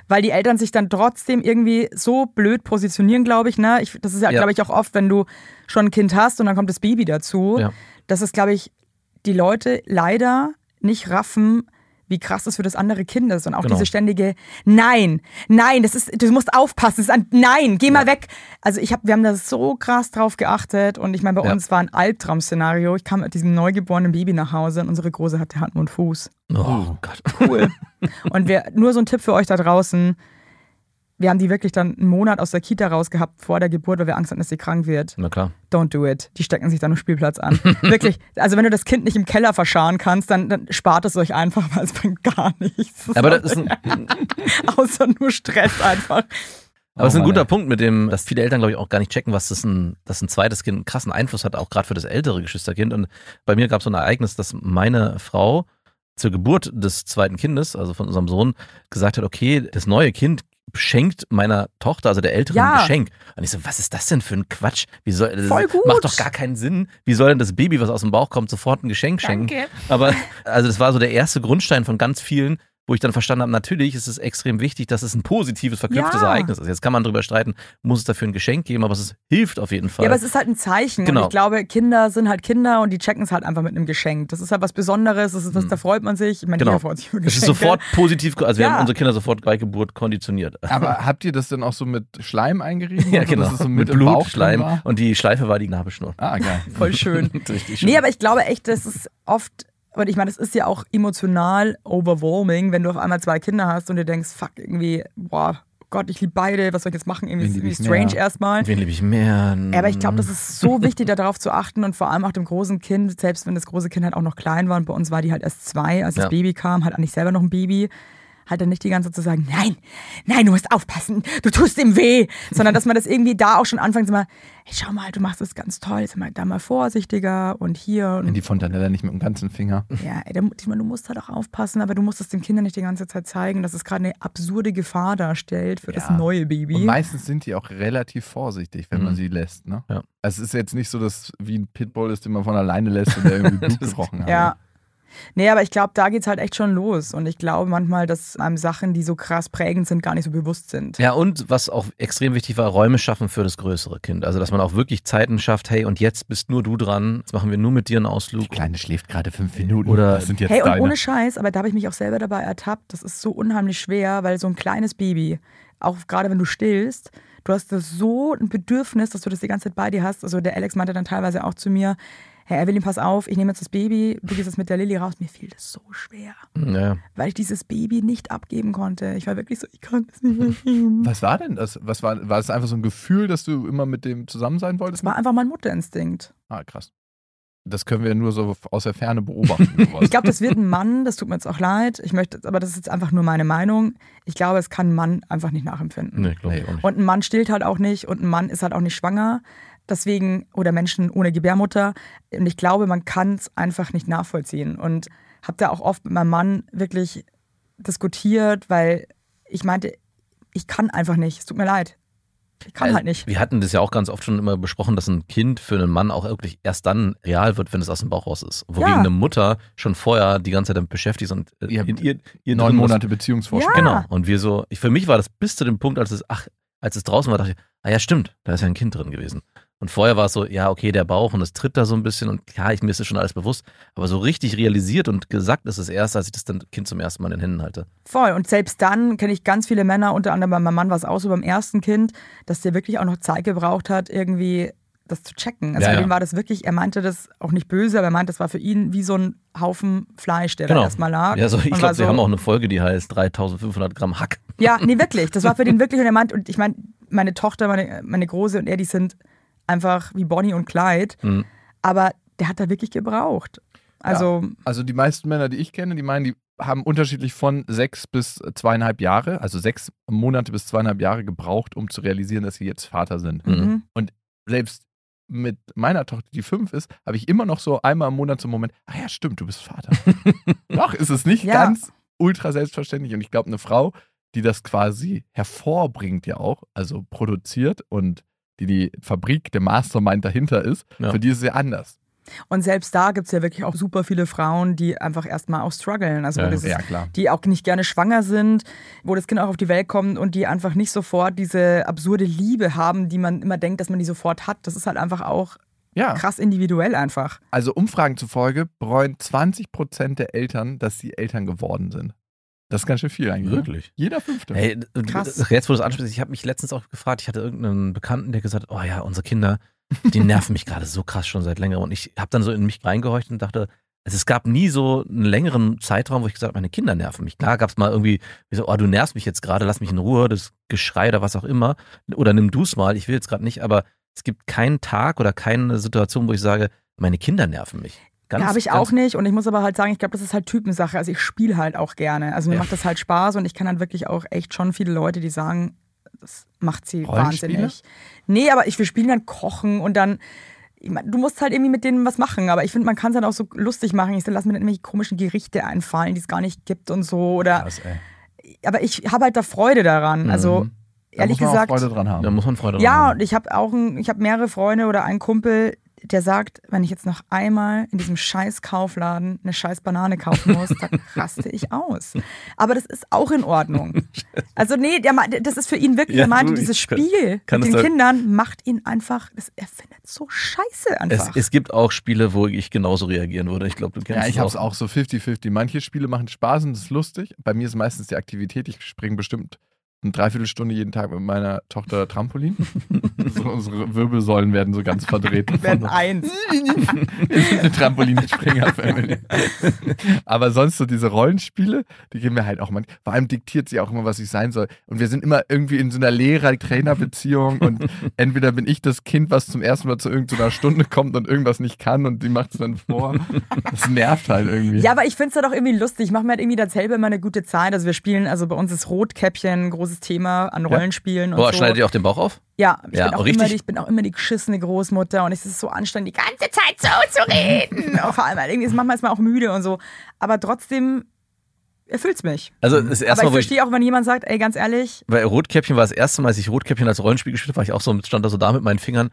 F: weil die Eltern sich dann trotzdem irgendwie so blöd positionieren, glaube ich, ne? ich. Das ist ja,
D: Ja.
F: glaube ich, auch oft, wenn du schon ein Kind hast und dann kommt das Baby dazu.
D: Ja.
F: Das ist, glaube ich, die Leute leider nicht raffen, wie krass das für das andere Kind ist. Und auch
D: Genau.
F: diese ständige Nein, nein, das ist, du musst aufpassen, das ist ein, nein, geh mal weg. Also ich hab, wir haben da so krass drauf geachtet und ich meine, bei
D: Ja.
F: uns war ein Albtraum-Szenario. Ich kam mit diesem neugeborenen Baby nach Hause und unsere Große hatte Hand und Fuß.
D: Oh
F: Hm.
D: Gott.
F: Cool. Und wir, nur so ein Tipp für euch da draußen. Wir haben die wirklich dann einen Monat aus der Kita rausgehabt vor der Geburt, weil wir Angst hatten, dass sie krank wird.
D: Na klar.
F: Don't do it. Die stecken sich dann am Spielplatz an. wirklich. Also wenn du das Kind nicht im Keller verscharen kannst, dann, dann spart es euch einfach, weil es bringt gar nichts. Das
D: Aber
F: macht
D: das ist ein,
F: außer nur Stress einfach.
D: Aber es ist ein
G: Oh Mann,
D: guter
G: ey.
D: Punkt mit dem, dass viele Eltern, glaube ich, auch gar nicht checken, was das ein, dass ein zweites Kind einen krassen Einfluss hat, auch gerade für das ältere Geschwisterkind. Und bei mir gab es so ein Ereignis, dass meine Frau zur Geburt des zweiten Kindes, also von unserem Sohn, gesagt hat, okay, das neue Kind schenkt meiner Tochter, also der Älteren,
F: Ja.
D: ein Geschenk. Und ich so, was ist das denn für ein Quatsch? Wie soll, das
F: Voll gut.
D: Macht doch gar keinen Sinn. Wie soll denn das Baby, was aus dem Bauch kommt, sofort ein Geschenk schenken? Aber also das war so der erste Grundstein von ganz vielen, wo ich dann verstanden habe, natürlich ist es extrem wichtig, dass es ein positives, verknüpftes
F: Ja.
D: Ereignis ist. Jetzt kann man darüber streiten, muss es dafür ein Geschenk geben, aber es hilft auf jeden Fall.
F: Ja, aber es ist halt ein Zeichen.
D: Genau.
F: Und ich glaube, Kinder sind halt Kinder und die checken es halt einfach mit einem Geschenk. Das ist halt was Besonderes, das ist was, da freut man sich. Ich meine,
D: Genau.
F: jeder freut sich über
D: es ist
F: Geschenke.
D: sofort positiv, also wir
F: Ja.
D: haben unsere Kinder sofort bei Geburt konditioniert.
G: Aber habt ihr das denn auch so mit Schleim eingerieben?
D: Ja,
G: Also,
D: genau.
G: Dass es so
D: mit
G: mit, im Bauch
D: Blut,
G: drin
D: Schleim
G: War?
D: und die Schleife war die Nabelschnur.
G: Ah, geil.
F: Voll schön.
D: Richtig
F: Nee, aber ich glaube echt, das ist oft, und ich meine, das ist ja auch emotional overwhelming, wenn du auf einmal zwei Kinder hast und dir denkst, fuck, irgendwie, boah, Gott, ich liebe beide, was soll ich jetzt machen? Irgendwie,
G: Wen
F: ist
G: lieb
F: irgendwie
G: ich
F: strange
G: mehr?
F: erstmal.
D: Wen liebe ich mehr?
F: Ja, aber ich glaube, das ist so wichtig, darauf zu achten und vor allem auch dem großen Kind, selbst wenn das große Kind halt auch noch klein war und bei uns war die halt erst zwei, als
D: Ja.
F: das Baby kam, hat eigentlich selber noch ein Baby, halt dann nicht die ganze Zeit zu sagen, nein, nein, du musst aufpassen, du tust ihm weh, sondern dass man das irgendwie da auch schon anfängt, sag mal, hey, schau mal, du machst das ganz toll, sag mal, da mal vorsichtiger und hier und
G: Wenn die Fontanella nicht mit dem ganzen Finger.
F: ja, ey, da, mu- ich meine, du musst halt auch aufpassen, aber du musst es den Kindern nicht die ganze Zeit zeigen, dass es gerade eine absurde Gefahr darstellt für das
G: Ja.
F: neue Baby.
G: Und meistens sind die auch relativ vorsichtig, wenn
D: Mhm.
G: man sie lässt. Ne?
D: Ja.
G: Es ist jetzt nicht so, dass wie ein Pitbull ist, den man von alleine lässt und der irgendwie Blut gerochen hat.
F: ja. Nee, aber ich glaube, da geht's halt echt schon los. Und ich glaube manchmal, dass einem Sachen, die so krass prägend sind, gar nicht so bewusst sind.
D: Ja, und was auch extrem wichtig war, Räume schaffen für das größere Kind. Also, dass man auch wirklich Zeiten schafft, hey, und jetzt bist nur du dran, jetzt machen wir nur mit dir einen Ausflug.
G: Die Kleine schläft gerade fünf Minuten.
D: Oder-
G: das sind jetzt
F: Hey, und
G: deine.
F: ohne Scheiß, aber da habe ich mich auch selber dabei ertappt. Das ist so unheimlich schwer, weil so ein kleines Baby, auch gerade wenn du stillst, du hast das so ein Bedürfnis, dass du das die ganze Zeit bei dir hast. Also der Alex meinte dann teilweise auch zu mir, Herr Evelyn, pass auf, ich nehme jetzt das Baby, du gehst jetzt mit der Lilly raus. Mir fiel das so schwer,
D: Ja.
F: weil ich dieses Baby nicht abgeben konnte. Ich war wirklich so, ich kann es nicht abgeben.
G: Was war denn das? Was war, war das einfach so ein Gefühl, dass du immer mit dem zusammen sein wolltest?
F: Das war einfach mein Mutterinstinkt.
G: ah, krass. Das können wir nur so aus der Ferne beobachten. sowas.
F: Ich glaube, das wird ein Mann, das tut mir jetzt auch leid. Ich möchte, aber das ist jetzt einfach nur meine Meinung. Ich glaube, es kann ein Mann einfach nicht nachempfinden.
D: Nee, glaube ich auch nicht.
F: Und ein Mann stillt halt auch nicht und ein Mann ist halt auch nicht schwanger. Deswegen, oder Menschen ohne Gebärmutter. Und ich glaube, man kann es einfach nicht nachvollziehen. Und habe da auch oft mit meinem Mann wirklich diskutiert, weil ich meinte, ich kann einfach nicht. Es tut mir leid. Ich kann
D: Also,
F: halt nicht.
D: Wir hatten das ja auch ganz oft schon immer besprochen, dass ein Kind für einen Mann auch wirklich erst dann real wird, wenn es aus dem Bauch raus ist. Wogegen
F: Ja.
D: eine Mutter schon vorher die ganze Zeit damit beschäftigt ist und äh,
G: Ihr habt
D: ihr drin
G: Neun
D: was-
G: Monate Beziehungsvorsprung.
D: Genau. Und wir so, ich, für mich war das bis zu dem Punkt, als es, ach, als es draußen war, dachte ich, ah ja, stimmt, da ist ja ein Kind drin gewesen. Und vorher war es so, ja, okay, der Bauch und es tritt da so ein bisschen und klar, ich, mir ist das schon alles bewusst, aber so richtig realisiert und gesagt ist es erst, als ich das dann Kind zum ersten Mal in den Händen halte.
F: Voll. Und selbst dann kenne ich ganz viele Männer, unter anderem bei meinem Mann war es auch so beim ersten Kind, dass der wirklich auch noch Zeit gebraucht hat, irgendwie das zu checken. Also
D: Ja,
F: für
D: ja.
F: den war das wirklich, er meinte das auch nicht böse, aber er meinte, das war für ihn wie so ein Haufen Fleisch, der
D: Genau.
F: da erstmal lag.
D: Ja, so, ich
F: Und
D: glaube,
F: war
D: sie
F: so-
D: haben auch eine Folge, die heißt 3500 Gramm Hack.
F: Ja, nee, wirklich. Das war für den wirklich. Und er meint, und ich meine, meine Tochter, meine, meine Große und er, die sind einfach wie Bonnie und Clyde.
D: Mhm.
F: Aber der hat da wirklich gebraucht. Also,
G: Also die meisten Männer, die ich kenne, die meinen, die haben unterschiedlich von sechs bis zweieinhalb Jahre, also sechs Monate bis zweieinhalb Jahre gebraucht, um zu realisieren, dass sie jetzt Vater sind.
F: Mhm.
G: Selbst mit meiner Tochter, die fünf ist, habe ich immer noch so einmal im Monat so einen Moment, ah ja, stimmt, du bist Vater. Doch, ist es nicht
F: Ja.
G: ganz ultra selbstverständlich. Und ich glaube, eine Frau, also die das quasi hervorbringt ja auch, also produziert und die die Fabrik, der Mastermind dahinter ist,
D: Ja.
G: für die ist es ja anders.
F: Und selbst da gibt es ja wirklich auch super viele Frauen, die einfach erstmal auch strugglen. Also wo
D: Ja,
F: dieses,
G: klar.
F: die auch nicht gerne schwanger sind, wo das Kind auch auf die Welt kommt und die einfach nicht sofort diese absurde Liebe haben, die man immer denkt, dass man die sofort hat. Das ist halt einfach auch
G: Ja.
F: krass individuell einfach.
G: Also Umfragen zufolge bereuen 20% der Eltern, dass sie Eltern geworden sind. Das ist ganz schön viel eigentlich. ne? Jeder Fünfte.
D: Hey, d-
F: Krass.
D: d- jetzt, wo du es ansprichst, ich habe mich letztens auch gefragt, ich hatte irgendeinen Bekannten, der gesagt hat, oh ja, unsere Kinder, die nerven mich gerade so krass schon seit längerem. Und ich habe dann so in mich reingehorcht und dachte, also es gab nie so einen längeren Zeitraum, wo ich gesagt habe, meine Kinder nerven mich. Klar gab es mal irgendwie, wie so, oh, du nervst mich jetzt gerade, lass mich in Ruhe, das Geschrei oder was auch immer. Oder nimm du es mal, ich will jetzt gerade nicht, aber es gibt keinen Tag oder keine Situation, wo ich sage, meine Kinder nerven mich. Ganz-
F: Ja, habe ich
D: ganz-
F: auch nicht und ich muss aber halt sagen, ich glaube, das ist halt Typensache. Also ich spiele halt auch gerne. Also mir
D: Ja.
F: macht das halt Spaß und ich kann halt wirklich auch echt schon viele Leute, die sagen, das macht sie
G: Rollenspiele?
F: Hm, wahnsinnig. Nee, aber ich will spielen dann kochen und dann ich mein, du musst halt irgendwie mit denen was machen, aber ich finde, man kann es dann auch so lustig machen. Ich sag, lass mir dann irgendwelche komischen Gerichte einfallen, die es gar nicht gibt und so oder
G: Krass, ey.
F: aber ich habe halt da Freude daran. Also
G: Mhm. Da
F: ehrlich
G: muss man
F: gesagt,
G: auch Freude dran haben.
D: Da muss man Freude dran
F: ja,
D: haben.
F: und ich habe auch ein, ich habe mehrere Freunde oder einen Kumpel, der sagt, wenn ich jetzt noch einmal in diesem scheiß Kaufladen eine scheiß Banane kaufen muss, dann raste ich aus. Aber das ist auch in Ordnung. Also nee, der, mei- das ist für ihn wirklich,
D: Ja,
F: er meinte,
D: du,
F: dieses
D: ich kann-
F: Spiel
D: kann das
F: mit den
D: doch-
F: Kindern macht ihn einfach, das, er findet so scheiße
D: Es,
F: einfach.
D: es gibt auch Spiele, wo ich genauso reagieren würde. Ich glaube, du kennst
G: ja, ich
D: es
G: habe es auch so 50-50. Manche Spiele machen Spaß und es ist lustig. Bei mir ist meistens die Aktivität, ich springe bestimmt eine Dreiviertelstunde jeden Tag mit meiner Tochter Trampolin. so, unsere Wirbelsäulen werden so ganz verdreht.
F: werden eins.
G: eine Trampolinspringer-Family. Aber sonst so diese Rollenspiele, die gehen wir halt auch manchmal. Vor allem diktiert sie auch immer, was ich sein soll. Und wir sind immer irgendwie in so einer Lehrer-Trainer-Beziehung und entweder bin ich das Kind, was zum ersten Mal zu irgendeiner Stunde kommt und irgendwas nicht kann und die macht es dann vor. Das nervt halt irgendwie.
F: Ja, aber ich find's dann auch irgendwie lustig. Ich mache mir halt irgendwie dann selber immer eine gute Zeit. Also wir spielen, also bei uns ist Rotkäppchen ein großes Thema an Rollenspielen und
D: Boah,
F: so.
D: schneidet ihr auch den Bauch auf?
F: Ja, ich,
D: Ja,
F: bin auch
D: aber
F: immer
D: richtig-
F: die, ich bin auch immer die geschissene Großmutter und es ist so anstrengend, die ganze Zeit so zu reden. Auch vor allem, irgendwie ist manchmal ist man auch müde und so. Aber trotzdem erfüllt's mich.
D: Also das erste
F: Aber ich
D: Mal, wo ich,
F: verstehe auch, wenn jemand sagt, ey, ganz ehrlich,
D: bei Rotkäppchen war das erste Mal, als ich Rotkäppchen als Rollenspiel gespielt habe, war ich auch so, mit- stand da so da mit meinen Fingern.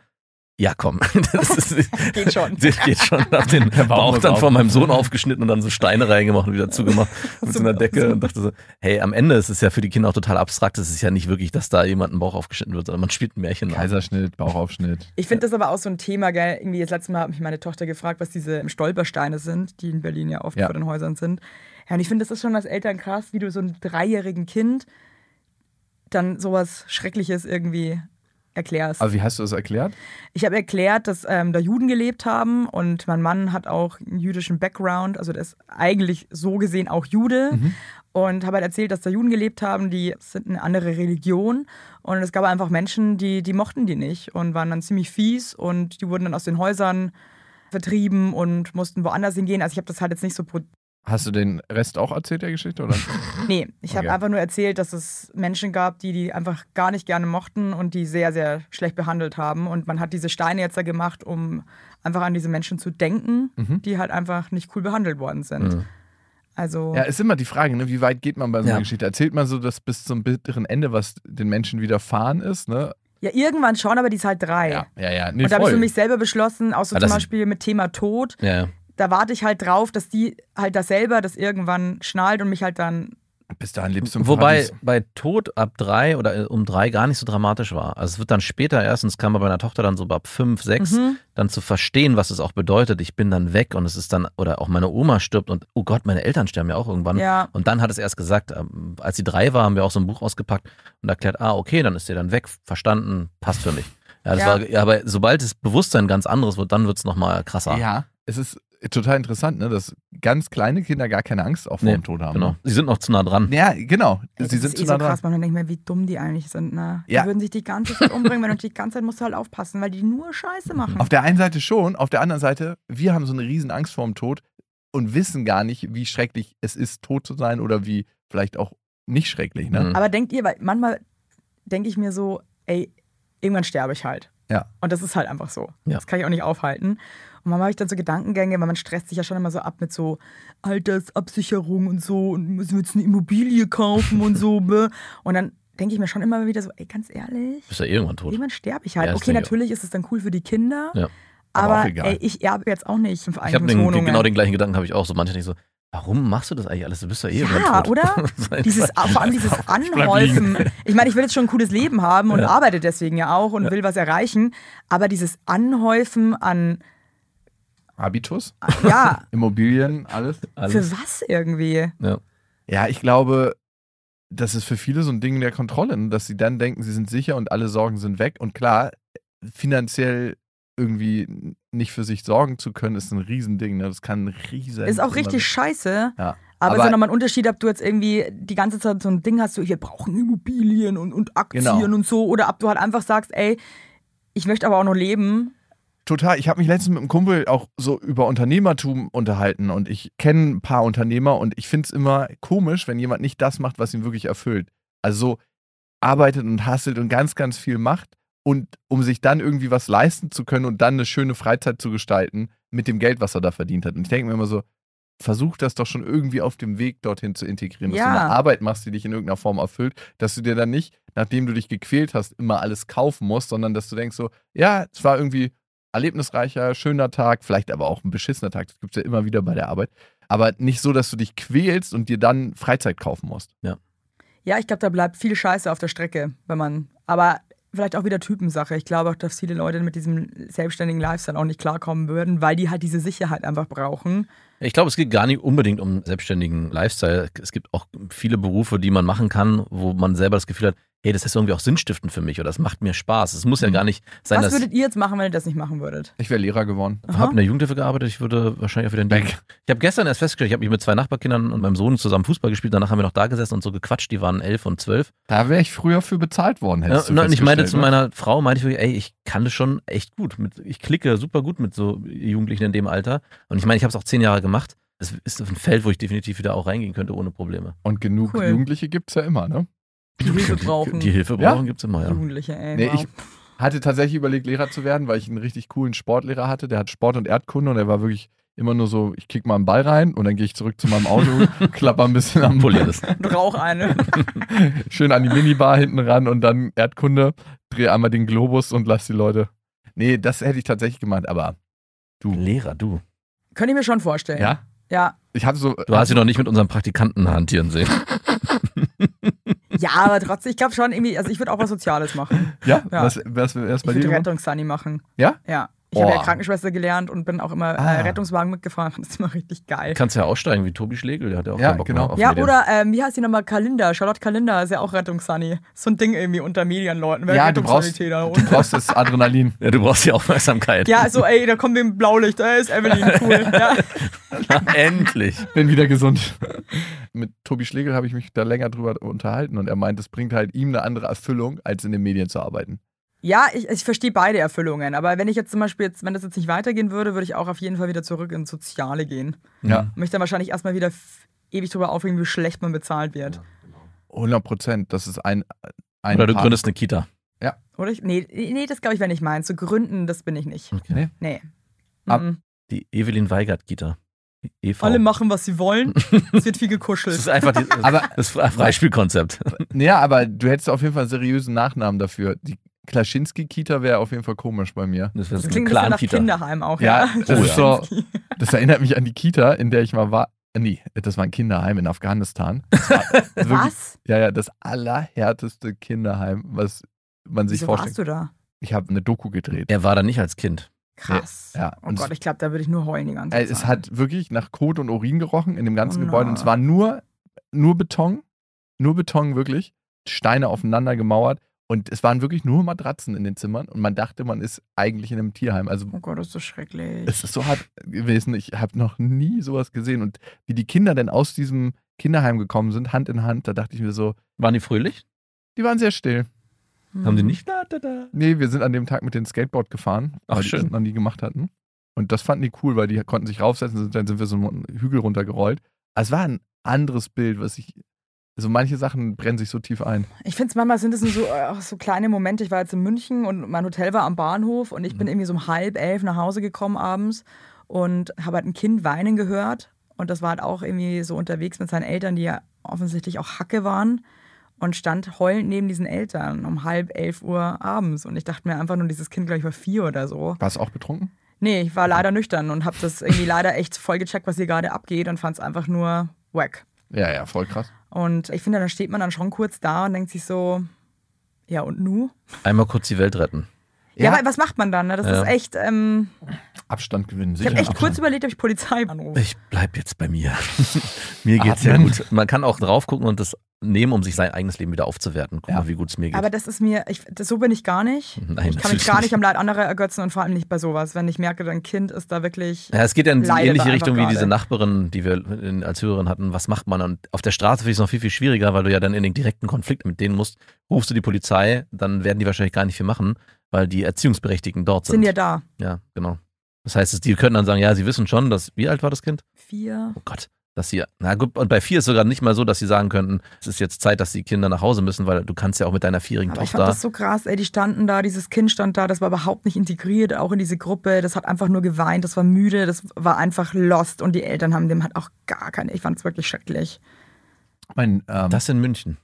D: Ja, komm. Das ist,
F: Geht schon.
D: Das geht schon. Hab den Bauch
G: muss
D: dann
G: auf.
D: von meinem Sohn aufgeschnitten und dann so Steine reingemacht und wieder zugemacht mit so einer Decke und dachte so, hey, am Ende ist es ja für die Kinder auch total abstrakt. Es ist ja nicht wirklich, dass da jemand ein Bauch aufgeschnitten wird, sondern man spielt ein Märchen nach.
G: Kaiserschnitt, Bauchaufschnitt.
F: ich finde das aber auch so ein Thema, gell? Irgendwie, das letzte Mal hat mich meine Tochter gefragt, was diese Stolpersteine sind, die in Berlin ja oft
G: Ja.
F: vor den Häusern sind. Ja, und ich finde, das ist schon als Eltern krass, wie du so einem dreijährigen Kind dann sowas Schreckliches irgendwie erklärst.
G: Aber wie hast du das erklärt?
F: Ich habe erklärt, dass ähm, da Juden gelebt haben und mein Mann hat auch einen jüdischen Background, also der ist eigentlich so gesehen auch Jude und habe halt erzählt, dass da Juden gelebt haben, die sind eine andere Religion und es gab einfach Menschen, die, die mochten die nicht und waren dann ziemlich fies und die wurden dann aus den Häusern vertrieben und mussten woanders hingehen. Also ich habe das halt jetzt nicht so brut
G: Hast du den Rest auch erzählt der Geschichte? Oder?
F: Nee, ich habe
G: Okay.
F: einfach nur erzählt, dass es Menschen gab, die die einfach gar nicht gerne mochten und die sehr, sehr schlecht behandelt haben. Und man hat diese Steine jetzt da gemacht, um einfach an diese Menschen zu denken,
G: Mhm.
F: die halt einfach nicht cool behandelt worden sind.
D: Mhm.
F: Also,
G: Ja, ist immer die Frage, ne? wie weit geht man bei so einer
D: Ja.
G: Geschichte? Erzählt man so, dass bis zum bitteren Ende, was den Menschen widerfahren ist? Ne?
F: ja, irgendwann schon, aber die ist halt drei.
G: Ja, ja, ja. Nee,
F: und da habe ich
G: voll.
F: für mich selber beschlossen, auch so
D: Ah,
F: zum
D: das-
F: Beispiel mit Thema Tod,
D: Ja, ja.
F: da warte ich halt drauf, dass die halt das selber das irgendwann schnallt und mich halt dann
G: Bis dahin lebst du im
D: Wobei
G: Paradies.
D: bei Tod ab drei oder äh, um drei gar nicht so dramatisch war. Also es wird dann später erst, und es kam bei meiner Tochter dann so ab fünf, sechs,
F: Mhm.
D: dann zu verstehen, was es auch bedeutet. Ich bin dann weg und es ist dann, oder auch meine Oma stirbt und oh Gott, meine Eltern sterben ja auch irgendwann.
F: Ja.
D: Und dann hat es erst gesagt, ähm, als sie drei war, haben wir auch so ein Buch ausgepackt und erklärt, ah, okay, dann ist der dann weg, verstanden, passt für mich. Ja, das
F: Ja.
D: War, ja, aber sobald das Bewusstsein ganz anderes wird, dann wird es nochmal krasser.
G: Ja. Es ist total interessant, ne? dass ganz kleine Kinder gar keine Angst auch vor
D: Nee,
G: dem Tod haben.
D: Genau. Sie sind noch zu nah dran.
G: Ja,
F: Ey,
G: genau. Sie
F: das
G: sind
F: ist
G: zu
F: eh so
G: nah dran.
F: krass, man denkt mehr, wie dumm die eigentlich sind. Ne? Die
G: Ja.
F: würden sich die ganze Zeit umbringen, wenn du die ganze Zeit musst du halt aufpassen, weil die nur Scheiße machen.
G: Auf der einen Seite schon, auf der anderen Seite, wir haben so eine riesen Angst vor dem Tod. und wissen gar nicht, wie schrecklich es ist, tot zu sein oder wie vielleicht auch nicht schrecklich. Ne?
D: Mhm.
F: Aber denkt ihr, weil manchmal denke ich mir so, ey, irgendwann sterbe ich halt.
G: Ja.
F: Und das ist halt einfach so.
D: Ja.
F: Das kann ich auch nicht aufhalten. Und manchmal habe ich dann so Gedankengänge, weil man stresst sich ja schon immer so ab mit so Altersabsicherung und so und müssen wir jetzt eine Immobilie kaufen und so. bäh. Und dann denke ich mir schon immer wieder so, ey, ganz ehrlich,
D: Bist ja irgendwann tot.
F: irgendwann sterbe ich halt.
D: Ja, das
F: okay,
D: denke ich auch.
F: natürlich ist es dann cool für die Kinder,
D: Ja.
G: Aber
F: aber,
G: auch egal.
F: ey, ich erbe jetzt auch nicht fünf
D: Ich habe den,
F: Eigentumswohnungen.
D: genau den gleichen Gedanken habe ich auch. So manche denken so, warum machst du das eigentlich alles? Du bist ja eh
F: Ja,
D: irgendwann tot.
F: oder?
D: So ein
F: Dieses,
D: Quatsch.
F: vor allem dieses Anhäufen. Ich meine, ich will jetzt schon ein cooles Leben haben und
D: Ja.
F: arbeite deswegen ja auch und will was erreichen. Aber dieses Anhäufen an,
G: Habitus,
F: ja,
G: Immobilien, alles.
D: Alles.
F: für was irgendwie?
G: Ja, ich glaube, das ist für viele so ein Ding der Kontrolle, ne? dass sie dann denken, sie sind sicher und alle Sorgen sind weg. Und klar, finanziell irgendwie nicht für sich sorgen zu können, ist ein Riesending. Ne? Das kann ein riesen.
F: Ist auch richtig scheiße. Aber, es
G: Ja. Aber-
F: ist auch nochmal ein Unterschied, ob du jetzt irgendwie die ganze Zeit so ein Ding hast, so wir brauchen Immobilien und, und Aktien
G: Genau.
F: und so. Oder ob du halt einfach sagst, ey, ich möchte aber auch noch leben.
G: Total. Ich habe mich letztens mit einem Kumpel auch so über Unternehmertum unterhalten und ich kenne ein paar Unternehmer und ich finde es immer komisch, wenn jemand nicht das macht, was ihn wirklich erfüllt. Also so arbeitet und hustelt und ganz, ganz viel macht und um sich dann irgendwie was leisten zu können und dann eine schöne Freizeit zu gestalten mit dem Geld, was er da verdient hat. Und ich denke mir immer so, versuch das doch schon irgendwie auf dem Weg dorthin zu integrieren, dass du
F: Ja.
G: eine Arbeit machst, die dich in irgendeiner Form erfüllt, dass du dir dann nicht, nachdem du dich gequält hast, immer alles kaufen musst, sondern dass du denkst so, ja, es war irgendwie erlebnisreicher, schöner Tag, vielleicht aber auch ein beschissener Tag, das gibt es ja immer wieder bei der Arbeit, aber nicht so, dass du dich quälst und dir dann Freizeit kaufen musst.
F: Ja, ich glaube, da bleibt viel Scheiße auf der Strecke, wenn man. Aber vielleicht auch wieder Typensache. Ich glaube auch, dass viele Leute mit diesem selbstständigen Lifestyle auch nicht klarkommen würden, weil die halt diese Sicherheit einfach brauchen.
D: Ich glaube, es geht gar nicht unbedingt um selbstständigen Lifestyle. Es gibt auch viele Berufe, die man machen kann, wo man selber das Gefühl hat, hey, das ist irgendwie auch sinnstiftend für mich oder das macht mir Spaß. Es muss ja gar nicht sein,
F: Hm. Was
D: dass
F: würdet ihr jetzt machen, wenn ihr das nicht machen würdet?
G: Ich wäre Lehrer geworden.
D: ich habe in der Jugendhilfe gearbeitet, ich würde wahrscheinlich auch wieder in die-
G: Weg.
D: Ich habe gestern erst festgestellt, ich habe mich mit zwei Nachbarkindern und meinem Sohn zusammen Fußball gespielt, danach haben wir noch da gesessen und so gequatscht, die waren elf und zwölf.
G: Da wäre ich früher für bezahlt worden,
D: Ja,
G: hättest du
D: nein, ich meinte zu
G: festgestellt, ne?
D: meiner Frau, meinte ich wirklich, ey, ich kann das schon echt gut. Mit, ich klicke super gut mit so Jugendlichen in dem Alter. Und ich meine, ich habe es auch zehn Jahre gemacht. Es ist ein Feld, wo ich definitiv wieder auch reingehen könnte ohne Probleme.
G: ne? Und genug
F: Cool.
G: Jugendliche gibt es ja immer, ne?
F: Die Hilfe brauchen.
D: Die Hilfe
G: Ja?
D: brauchen gibt's immer, ja.
F: Jugendliche, ey.
G: Nee,
F: wow.
G: ich hatte tatsächlich überlegt, Lehrer zu werden, weil ich einen richtig coolen Sportlehrer hatte. Der hat Sport und Erdkunde und er war wirklich immer nur so, ich kick mal einen Ball rein und dann gehe ich zurück zu meinem Auto, klapper ein bisschen am
D: Pulli alles.
F: Und rauch eine.
G: schön an die Minibar hinten ran und dann Erdkunde, dreh einmal den Globus und lass die Leute. Nee, das hätte ich tatsächlich gemacht, aber
D: Lehrer, du.
F: Könnte ich mir schon vorstellen.
G: ja,
F: Ja,
G: ich habe so
D: Du hast ihn noch nicht mit unserem Praktikanten hantieren sehen.
F: ja aber trotzdem, ich glaube schon irgendwie, also ich würde auch was Soziales machen.
G: ja,
F: Ja.
G: was was was
F: Ich
G: bei dir?
F: würde
G: gemacht?
F: Rettungssani machen.
G: Ja?
F: Ja. Ich habe
G: Boah.
F: ja Krankenschwester gelernt und bin auch immer
G: Ah.
F: äh, Rettungswagen mitgefahren. Das ist immer richtig geil.
D: Kannst ja aussteigen wie Tobi Schlegel, der hat ja auch
G: Ja,
D: keinen Bock
G: genau.
D: mehr auf
F: Ja,
D: Medien.
F: oder ähm, wie heißt die nochmal? Kalinda, Charlotte Kalinda ist ja auch Rettungssani. So ein Ding irgendwie unter Medienleuten.
G: Ja, du brauchst,
F: Rettungssanitäter
G: du
F: und-
G: brauchst das Adrenalin.
D: Ja, du brauchst ja Aufmerksamkeit.
F: Ja, so, ey, da kommt wem Blaulicht, da ist Evelyn cool. Ja.
D: Endlich.
G: Bin wieder gesund. Mit Tobi Schlegel habe ich mich da länger drüber unterhalten und er meint, es bringt halt ihm eine andere Erfüllung, als in den Medien zu arbeiten.
F: Ja, ich, ich verstehe beide Erfüllungen, aber wenn ich jetzt zum Beispiel, jetzt, wenn das jetzt nicht weitergehen würde, würde ich auch auf jeden Fall wieder zurück ins Soziale gehen.
D: Hm.
G: Ja.
F: Und mich dann wahrscheinlich erstmal wieder f- ewig drüber aufregen, wie schlecht man bezahlt wird.
G: 100 Prozent. Das ist ein, ein
D: Oder du
G: Part.
D: gründest eine Kita.
F: Oder ich, nee, nee, das glaube ich wäre nicht meins. Zu gründen, das bin ich nicht.
G: Nee.
F: Nee.
G: Ab-
F: Mhm.
D: Die Evelyn Weigert-Kita. EV.
F: Alle machen, was sie wollen. es wird viel gekuschelt.
D: Das ist einfach die,
G: Aber-
D: das Freispielkonzept.
G: Ja, aber du hättest auf jeden Fall einen seriösen Nachnamen dafür. Die Klaschinski-Kita wäre auf jeden Fall komisch bei mir. Oh
D: Das,
F: Das klingt ein bisschen nach Kinderheim auch.
G: Ja,
F: Ja,
G: das ist so-
F: Kaczynski.
G: Das erinnert mich an die Kita, in der ich mal war. Nee, das war ein Kinderheim in Afghanistan. Das war wirklich-
F: Was?
G: Ja, ja, das allerhärteste Kinderheim, was man sich
F: Wieso
G: vorstellen
F: warst du da?
G: Ich habe eine Doku gedreht.
D: Er war da nicht als Kind.
F: Krass.
G: Ja, ja.
F: Oh
G: Und
F: Gott,
G: es-
F: ich glaube, da würde ich nur heulen die ganze
G: Äh,
F: Zeit.
G: Es hat wirklich nach Kot und Urin gerochen in dem ganzen
F: Oh
G: Gebäude. Und
F: na.
G: es war nur, nur Beton, nur Beton wirklich, Steine aufeinander gemauert. Und es waren wirklich nur Matratzen in den Zimmern. Und man dachte, man ist eigentlich in einem Tierheim. Also
F: Oh Gott, das ist so schrecklich.
G: Es ist so hart gewesen. Ich habe noch nie sowas gesehen. Und wie die Kinder denn aus diesem Kinderheim gekommen sind, Hand in Hand, da dachte ich mir so,
D: Waren die fröhlich?
G: die waren sehr still.
F: Hm.
D: Haben die nicht?
G: Nee, wir sind an dem Tag mit dem Skateboard gefahren,
D: Ach,
G: weil die
D: schön.
G: das noch nie gemacht hatten. Und das fanden die cool, weil die konnten sich raufsetzen, sind, dann sind wir so einen Hügel runtergerollt. Also es war ein anderes Bild, was ich. Also manche Sachen brennen sich so tief ein.
F: Ich finde es manchmal sind es nur so, äh, auch so kleine Momente. Ich war jetzt in München und mein Hotel war am Bahnhof und
G: Mhm.
F: ich bin irgendwie so um halb elf nach Hause gekommen abends und habe halt ein Kind weinen gehört. Und das war halt auch irgendwie so unterwegs mit seinen Eltern, die ja offensichtlich auch Hacke waren und stand heulend neben diesen Eltern um halb elf Uhr abends. Und ich dachte mir einfach nur, dieses Kind, glaube ich, war vier oder so.
G: Warst du auch betrunken?
F: Nee, ich war leider nüchtern und habe das irgendwie leider echt voll gecheckt, was hier gerade abgeht und fand es einfach nur wack.
G: Ja, ja, voll krass.
F: Und ich finde, dann steht man dann schon kurz da und denkt sich so, ja und nu?
D: Einmal kurz die Welt retten.
F: Ja, aber was macht man dann? Ne? Das
D: Ja.
F: ist echt, ähm,
G: Abstand gewinnen,
F: ich
G: sicher.
F: habe echt
G: Abstand.
F: kurz überlegt, ob ich Polizei anrufe.
D: Ich bleib jetzt bei mir. mir geht's ja
G: Atmen.
D: gut. Man kann auch drauf gucken und das nehmen, um sich sein eigenes Leben wieder aufzuwerten. Guck
G: Ja.
D: mal, wie gut es mir geht.
F: Aber das ist mir, ich, das, so bin ich gar nicht.
D: Nein,
F: ich kann mich
D: natürlich
F: gar nicht
D: nicht.
F: am Leid anderer ergötzen und vor allem nicht bei sowas. Wenn ich merke, dein Kind ist da wirklich.
D: ja, es geht ja in die
F: leidet
D: ähnliche
F: einfach
D: Richtung wie
F: gerade.
D: diese Nachbarin, die wir in, als Hörerin hatten. Was macht man? Und auf der Straße finde ich es noch viel, viel schwieriger, weil du ja dann in den direkten Konflikt mit denen musst. Rufst du die Polizei, dann werden die wahrscheinlich gar nicht viel machen, weil die Erziehungsberechtigten dort sind.
F: Sind ja da.
D: ja, genau. Das heißt, die können dann sagen, ja, sie wissen schon, dass, wie alt war das Kind?
F: Vier.
D: Oh Gott, dass sie, na gut, und bei vier ist sogar nicht mal so, dass sie sagen könnten, es ist jetzt Zeit, dass die Kinder nach Hause müssen, weil du kannst ja auch mit deiner vierjährigen
F: Aber ich fand
D: Tochter.
F: das so krass, ey, die standen da, dieses Kind stand da, das war überhaupt nicht integriert, auch in diese Gruppe, das hat einfach nur geweint, das war müde, das war einfach lost und die Eltern haben dem halt auch gar keine, ich fand es wirklich schrecklich.
G: Mein, ähm,
D: Das in München.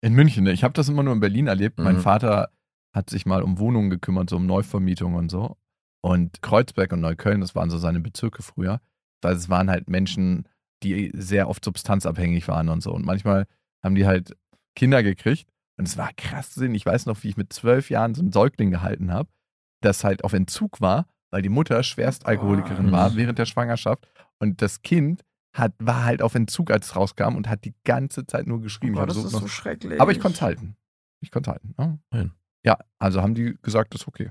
G: In München, ne? Ich habe das immer nur in Berlin erlebt. Mein
D: Mhm.
G: Vater hat sich mal um Wohnungen gekümmert, so um Neuvermietungen und so. Und Kreuzberg und Neukölln, das waren so seine Bezirke früher. Weil es waren halt Menschen, die sehr oft substanzabhängig waren und so. Und manchmal haben die halt Kinder gekriegt. Und es war krass zu sehen. Ich weiß noch, wie ich mit zwölf Jahren so einen Säugling gehalten habe, das halt auf Entzug war, weil die Mutter Schwerstalkoholikerin
D: Boah.
G: war
D: Mhm.
G: während der Schwangerschaft. Und das Kind hat, war halt auf Entzug, als es rauskam und hat die ganze Zeit nur geschrien.
F: Boah,
G: Ich hab
F: das
G: so
F: ist
G: noch-
F: so schrecklich.
G: aber ich konnte es halt. halten. Ich konnte es halten. ne?
D: Schön.
G: Ja, also haben die gesagt, das ist okay.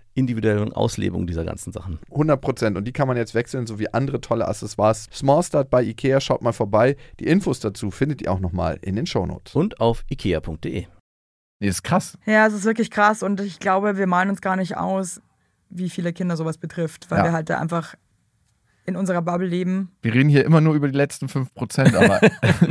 H: individuellen Auslebung dieser ganzen Sachen.
E: 100 Prozent. Und die kann man jetzt wechseln, sowie andere tolle Accessoires. Smallstart bei Ikea, schaut mal vorbei. Die Infos dazu findet ihr auch nochmal in den Shownotes.
H: Und auf ikea.de.
G: Nee, ist krass.
F: Ja, es ist wirklich krass und ich glaube, wir malen uns gar nicht aus, wie viele Kinder sowas betrifft, weil
G: Ja.
F: wir halt da einfach in unserer Bubble leben.
G: Wir reden hier immer nur über die letzten 5%, aber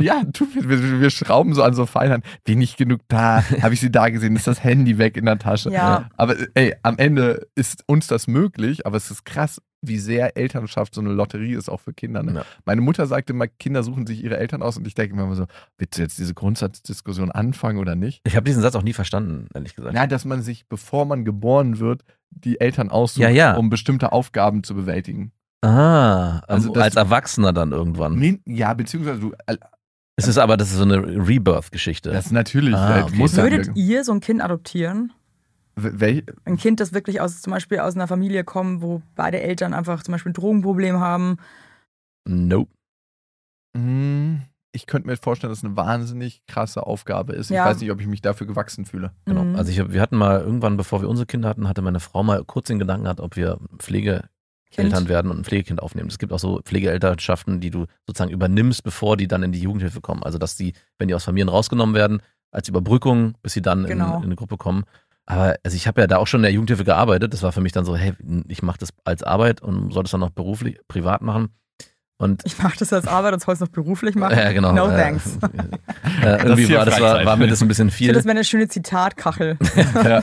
G: ja, du, wir, wir schrauben so an so Feinheiten. Bin nicht genug da? Habe ich sie da gesehen? Ist das Handy weg in der Tasche?
F: Ja.
G: Aber ey, am Ende ist uns das möglich, aber es ist krass, wie sehr Elternschaft so eine Lotterie ist, auch für Kinder. Ne?
D: Ja.
G: Meine Mutter sagte immer, Kinder suchen sich ihre Eltern aus und ich denke mir immer so, willst du jetzt diese Grundsatzdiskussion anfangen oder nicht?
D: Ich habe diesen Satz auch nie verstanden, ehrlich gesagt.
G: Nein, dass man sich, bevor man geboren wird, die Eltern aussucht,
D: Ja, ja.
G: um bestimmte Aufgaben zu bewältigen.
D: Ah,
G: Also
D: also
G: das-
D: als Erwachsener dann irgendwann.
G: Nee, Ja, beziehungsweise du, äh,
D: Es ist aber, das ist so eine Rebirth-Geschichte.
G: das natürlich,
D: Ah,
G: halt,
D: okay.
G: muss ja
F: Würdet
G: wirken.
F: ihr so ein Kind adoptieren?
G: W- wel-
F: Ein Kind, das wirklich aus zum Beispiel aus einer Familie kommt, wo beide Eltern einfach zum Beispiel ein Drogenproblem haben.
D: Nope.
G: Hm, Ich könnte mir vorstellen, dass es eine wahnsinnig krasse Aufgabe ist.
F: Ja.
G: Ich weiß nicht, ob ich mich dafür gewachsen fühle.
D: Genau.
F: Mhm.
D: Also ich, hab- wir hatten mal irgendwann, bevor wir unsere Kinder hatten, hatte meine Frau mal kurz den Gedanken gehabt, ob wir Pflegeeltern
F: Kind.
D: werden und ein Pflegekind aufnehmen. Es gibt auch so Pflegeelternschaften, die du sozusagen übernimmst, bevor die dann in die Jugendhilfe kommen. Also dass die, wenn die aus Familien rausgenommen werden, als Überbrückung, bis sie dann
F: Genau.
D: in, in eine Gruppe kommen. Aber also ich habe ja da auch schon in der Jugendhilfe gearbeitet. Das war für mich dann so, hey, ich mache das als Arbeit und soll das dann noch beruflich, privat machen. Und
F: Ich mache das als Arbeit und soll es noch beruflich machen.
D: ja, genau.
F: No
D: äh,
F: thanks.
D: Äh, irgendwie
G: hier
D: war, das war,
G: Freizeit.
D: war mir das ein bisschen
F: Ich finde,
D: viel.
F: das wäre eine schöne Zitatkachel.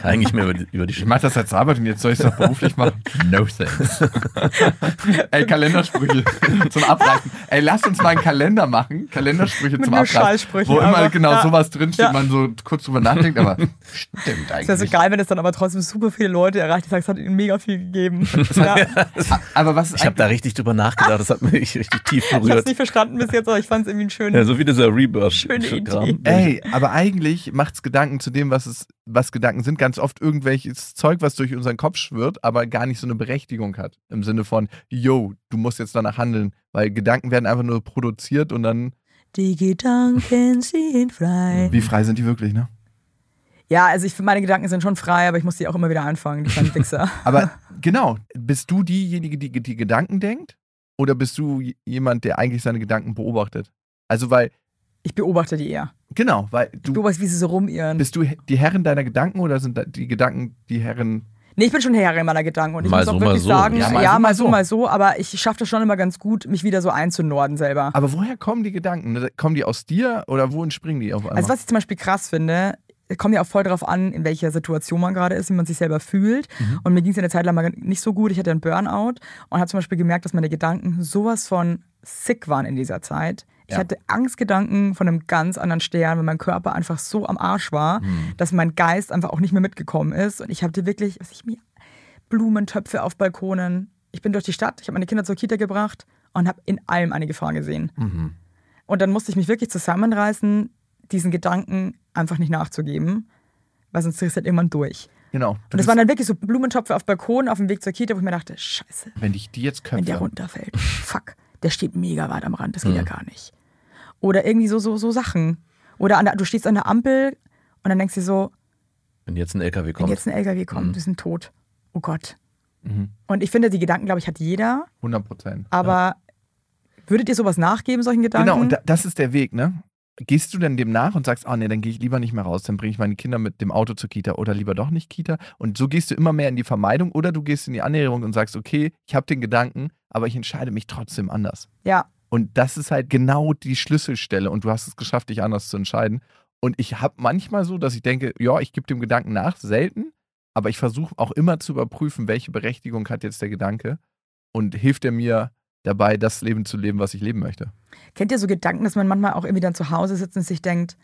D: Eigentlich mehr über die, über die
G: Ich
D: Schicht.
G: mache das als Arbeit und jetzt soll ich es noch beruflich machen. No thanks. Ey, Kalendersprüche zum Abreißen. Ey, lass uns mal einen Kalender machen. Kalendersprüche
F: Mit
G: zum
F: nur
G: Abreißen.
F: Schallsprüchen,
G: Wo immer
F: aber-
G: genau
F: ja.
G: sowas drinsteht,
F: Ja.
G: man so kurz drüber nachdenkt, aber stimmt
F: Es wäre so
G: eigentlich.
F: geil, wenn es dann aber trotzdem super viele Leute erreicht. Ich sage, es hat ihnen mega viel gegeben. Ja,
G: aber was ist
D: Ich habe
G: eigentlich,
D: da richtig drüber nachgedacht. Das hat mich richtig tief
F: ich habe es
D: berührt.
F: nicht verstanden bis jetzt, aber ich fand es irgendwie ein schönes.
D: Ja, so wie dieser Rebirth.
F: Schöne
D: Kram.
F: Idee.
G: Ey, aber eigentlich macht's Gedanken zu dem, was es, was Gedanken sind, ganz oft irgendwelches Zeug, was durch unseren Kopf schwirrt, aber gar nicht so eine Berechtigung hat. Im Sinne von, yo, du musst jetzt danach handeln, weil Gedanken werden einfach nur produziert und dann,
F: Die Gedanken sind frei.
G: wie frei sind die wirklich, ne?
F: Ja, also ich, meine Gedanken sind schon frei, aber ich muss die auch immer wieder einfangen, die kleinen Wichser.
G: Aber genau, bist du diejenige, die die Gedanken denkt? Oder bist du j- jemand, der eigentlich seine Gedanken beobachtet? Also, weil,
F: Ich beobachte die eher.
G: genau, weil
F: Ich
G: du.
F: beobachte, wie sie so rumirren.
G: Bist du he- die Herrin deiner Gedanken oder sind da- die Gedanken die Herren?
F: Nee, ich bin schon Herrin meiner Gedanken und ich
D: Mal
F: muss auch
D: so, mal
F: wirklich
D: so.
F: sagen,
G: Ja,
F: ja,
G: mal
F: mal,
G: so, mal
F: so,
G: so.
F: mal so, aber ich schaffe das schon immer ganz gut, mich wieder so einzunorden selber.
G: Aber woher kommen die Gedanken? Ne, Kommen die aus dir oder wo entspringen die auf einmal?
F: Also was ich zum Beispiel krass finde, kommt ja auch voll drauf an, in welcher Situation man gerade ist, wie man sich selber fühlt.
G: Mhm.
F: Und mir ging es in der Zeit lang mal nicht so gut. Ich hatte einen Burnout und habe zum Beispiel gemerkt, dass meine Gedanken sowas von sick waren in dieser Zeit. Ich hatte Angstgedanken von einem ganz anderen Stern, weil mein Körper einfach so am Arsch war,
G: Mhm.
F: dass mein Geist einfach auch nicht mehr mitgekommen ist. Und ich hatte wirklich, was ich mir Blumentöpfe auf Balkonen. Ich bin durch die Stadt, ich habe meine Kinder zur Kita gebracht und habe in allem eine Gefahr gesehen. Und dann musste ich mich wirklich zusammenreißen, diesen Gedanken einfach nicht nachzugeben, weil sonst drehst du halt irgendwann durch.
G: genau. Du
F: Und es
G: bist-
F: waren dann wirklich so Blumentöpfe auf Balkonen auf dem Weg zur Kita, wo ich mir dachte, scheiße,
G: wenn ich die jetzt
F: wenn der
G: köpfe.
F: runterfällt, fuck, der steht mega weit am Rand, das geht
G: Mhm.
F: ja gar nicht. Oder irgendwie so, so, so Sachen. Oder an der, du stehst an der Ampel und dann denkst du dir so,
D: Wenn jetzt ein LKW
F: wenn
D: kommt.
F: jetzt ein LKW kommt, die sind tot. Oh Gott.
G: Mhm.
F: Und ich finde, die Gedanken, glaube ich, hat jeder.
G: 100 Prozent.
F: Aber würdet ihr sowas nachgeben, solchen Gedanken?
G: Genau, und da, das ist der Weg, ne? Gehst du dann dem nach und sagst, ah nee, dann gehe ich lieber nicht mehr raus, dann bringe ich meine Kinder mit dem Auto zur Kita oder lieber doch nicht Kita. Und so gehst du immer mehr in die Vermeidung oder du gehst in die Annäherung und sagst, okay, ich habe den Gedanken, aber ich entscheide mich trotzdem anders.
F: ja,
G: Und das ist halt genau die Schlüsselstelle und du hast es geschafft, dich anders zu entscheiden. Und ich habe manchmal so, dass ich denke, ja, ich gebe dem Gedanken nach, selten, aber ich versuche auch immer zu überprüfen, welche Berechtigung hat jetzt der Gedanke und hilft er mir dabei, das Leben zu leben, was ich leben möchte.
F: kennt ihr so Gedanken, dass man manchmal auch irgendwie dann zu Hause sitzt und sich denkt,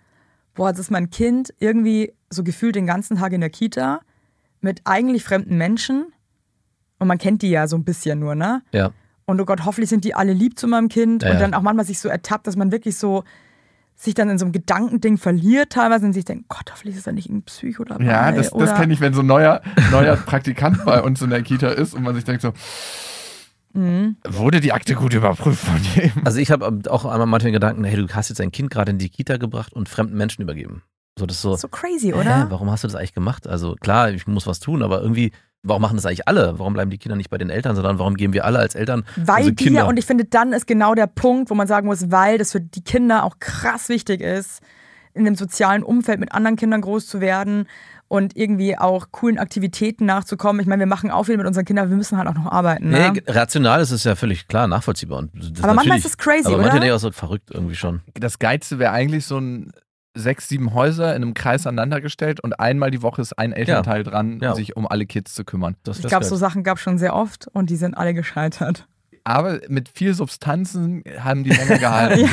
F: boah, jetzt ist mein Kind irgendwie so gefühlt den ganzen Tag in der Kita mit eigentlich fremden Menschen und man kennt die ja so ein bisschen nur, ne?
D: Ja.
F: Und oh Gott, hoffentlich sind die alle lieb zu meinem Kind
D: Ja,
F: und
D: ja.
F: dann auch manchmal sich so ertappt, dass man wirklich so sich dann in so einem Gedankending verliert teilweise und sich denkt, Gott, hoffentlich ist er nicht ein Psycho dabei.
G: Ja, das,
F: oder
G: das kenne ich, wenn so ein neuer, neuer Praktikant bei uns in der Kita ist und man sich denkt so,
F: Mhm.
G: wurde die Akte gut überprüft von jedem?
D: Also ich habe auch einmal manchmal den Gedanken, hey, du hast jetzt dein Kind gerade in die Kita gebracht und fremden Menschen übergeben. So, das ist so,
F: So crazy,
D: Hä,
F: oder?
D: warum hast du das eigentlich gemacht? Also klar, ich muss was tun, aber irgendwie, warum machen das eigentlich alle? Warum bleiben die Kinder nicht bei den Eltern, sondern warum geben wir alle als Eltern?
F: Weil
D: also
F: die
D: Kinder.
F: ja, und ich finde, dann ist genau der Punkt, wo man sagen muss, weil das für die Kinder auch krass wichtig ist, in einem sozialen Umfeld mit anderen Kindern groß zu werden und irgendwie auch coolen Aktivitäten nachzukommen. Ich meine, wir machen auch viel mit unseren Kindern, wir müssen halt auch noch arbeiten. Ne?
D: Nee, g- rational ist es ja völlig klar, nachvollziehbar. Und das
F: aber manchmal
D: natürlich-
F: ist es crazy,
D: aber
F: oder?
D: manche denken auch so verrückt irgendwie schon.
G: Das Geilste wäre eigentlich so ein sechs, sieben Häuser in einem Kreis aneinandergestellt und einmal die Woche ist ein Elternteil dran,
D: Ja.
G: sich um alle Kids zu kümmern.
D: Das
F: ich
D: wär's
F: glaube,
D: geil.
F: so Sachen gab es schon sehr oft und die sind alle gescheitert.
G: Aber mit viel Substanzen haben die länger gehalten.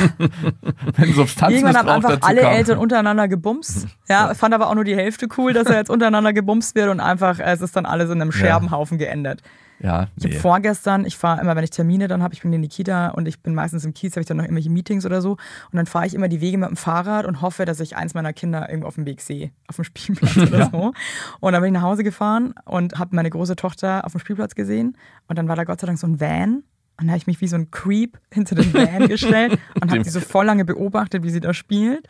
G: Wenn Substanzen
F: Irgendwann haben einfach
G: dazu
F: alle
G: kam.
F: Eltern um- untereinander gebumst. Ja, fand aber auch nur die Hälfte cool, dass er jetzt untereinander gebumst wird und einfach, es ist dann alles in einem Scherbenhaufen geendet.
G: Ja,
F: Ich habe
G: nee.
F: vorgestern, ich fahre immer, wenn ich Termine dann habe, ich bin in die Kita und ich bin meistens im Kiez, habe ich dann noch irgendwelche Meetings oder so. Und dann fahre ich immer die Wege mit dem Fahrrad und hoffe, dass ich eins meiner Kinder irgendwo auf dem Weg sehe, auf dem Spielplatz oder so. Und dann bin ich nach Hause gefahren und habe meine große Tochter auf dem Spielplatz gesehen. Und dann war da Gott sei Dank so ein Van. Und dann habe ich mich wie so ein Creep hinter den Van gestellt und habe die so voll lange beobachtet, wie sie da spielt.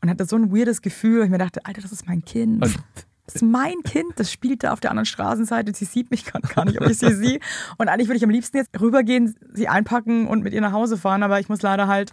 F: Und hatte so ein weirdes Gefühl, weil ich mir dachte, Alter, das ist mein Kind. Das ist mein Kind, das spielt da auf der anderen Straßenseite. Sie sieht mich gar, gar nicht, ob ich sie sehe. Und eigentlich würde ich am liebsten jetzt rübergehen, sie einpacken und mit ihr nach Hause fahren, aber ich muss leider halt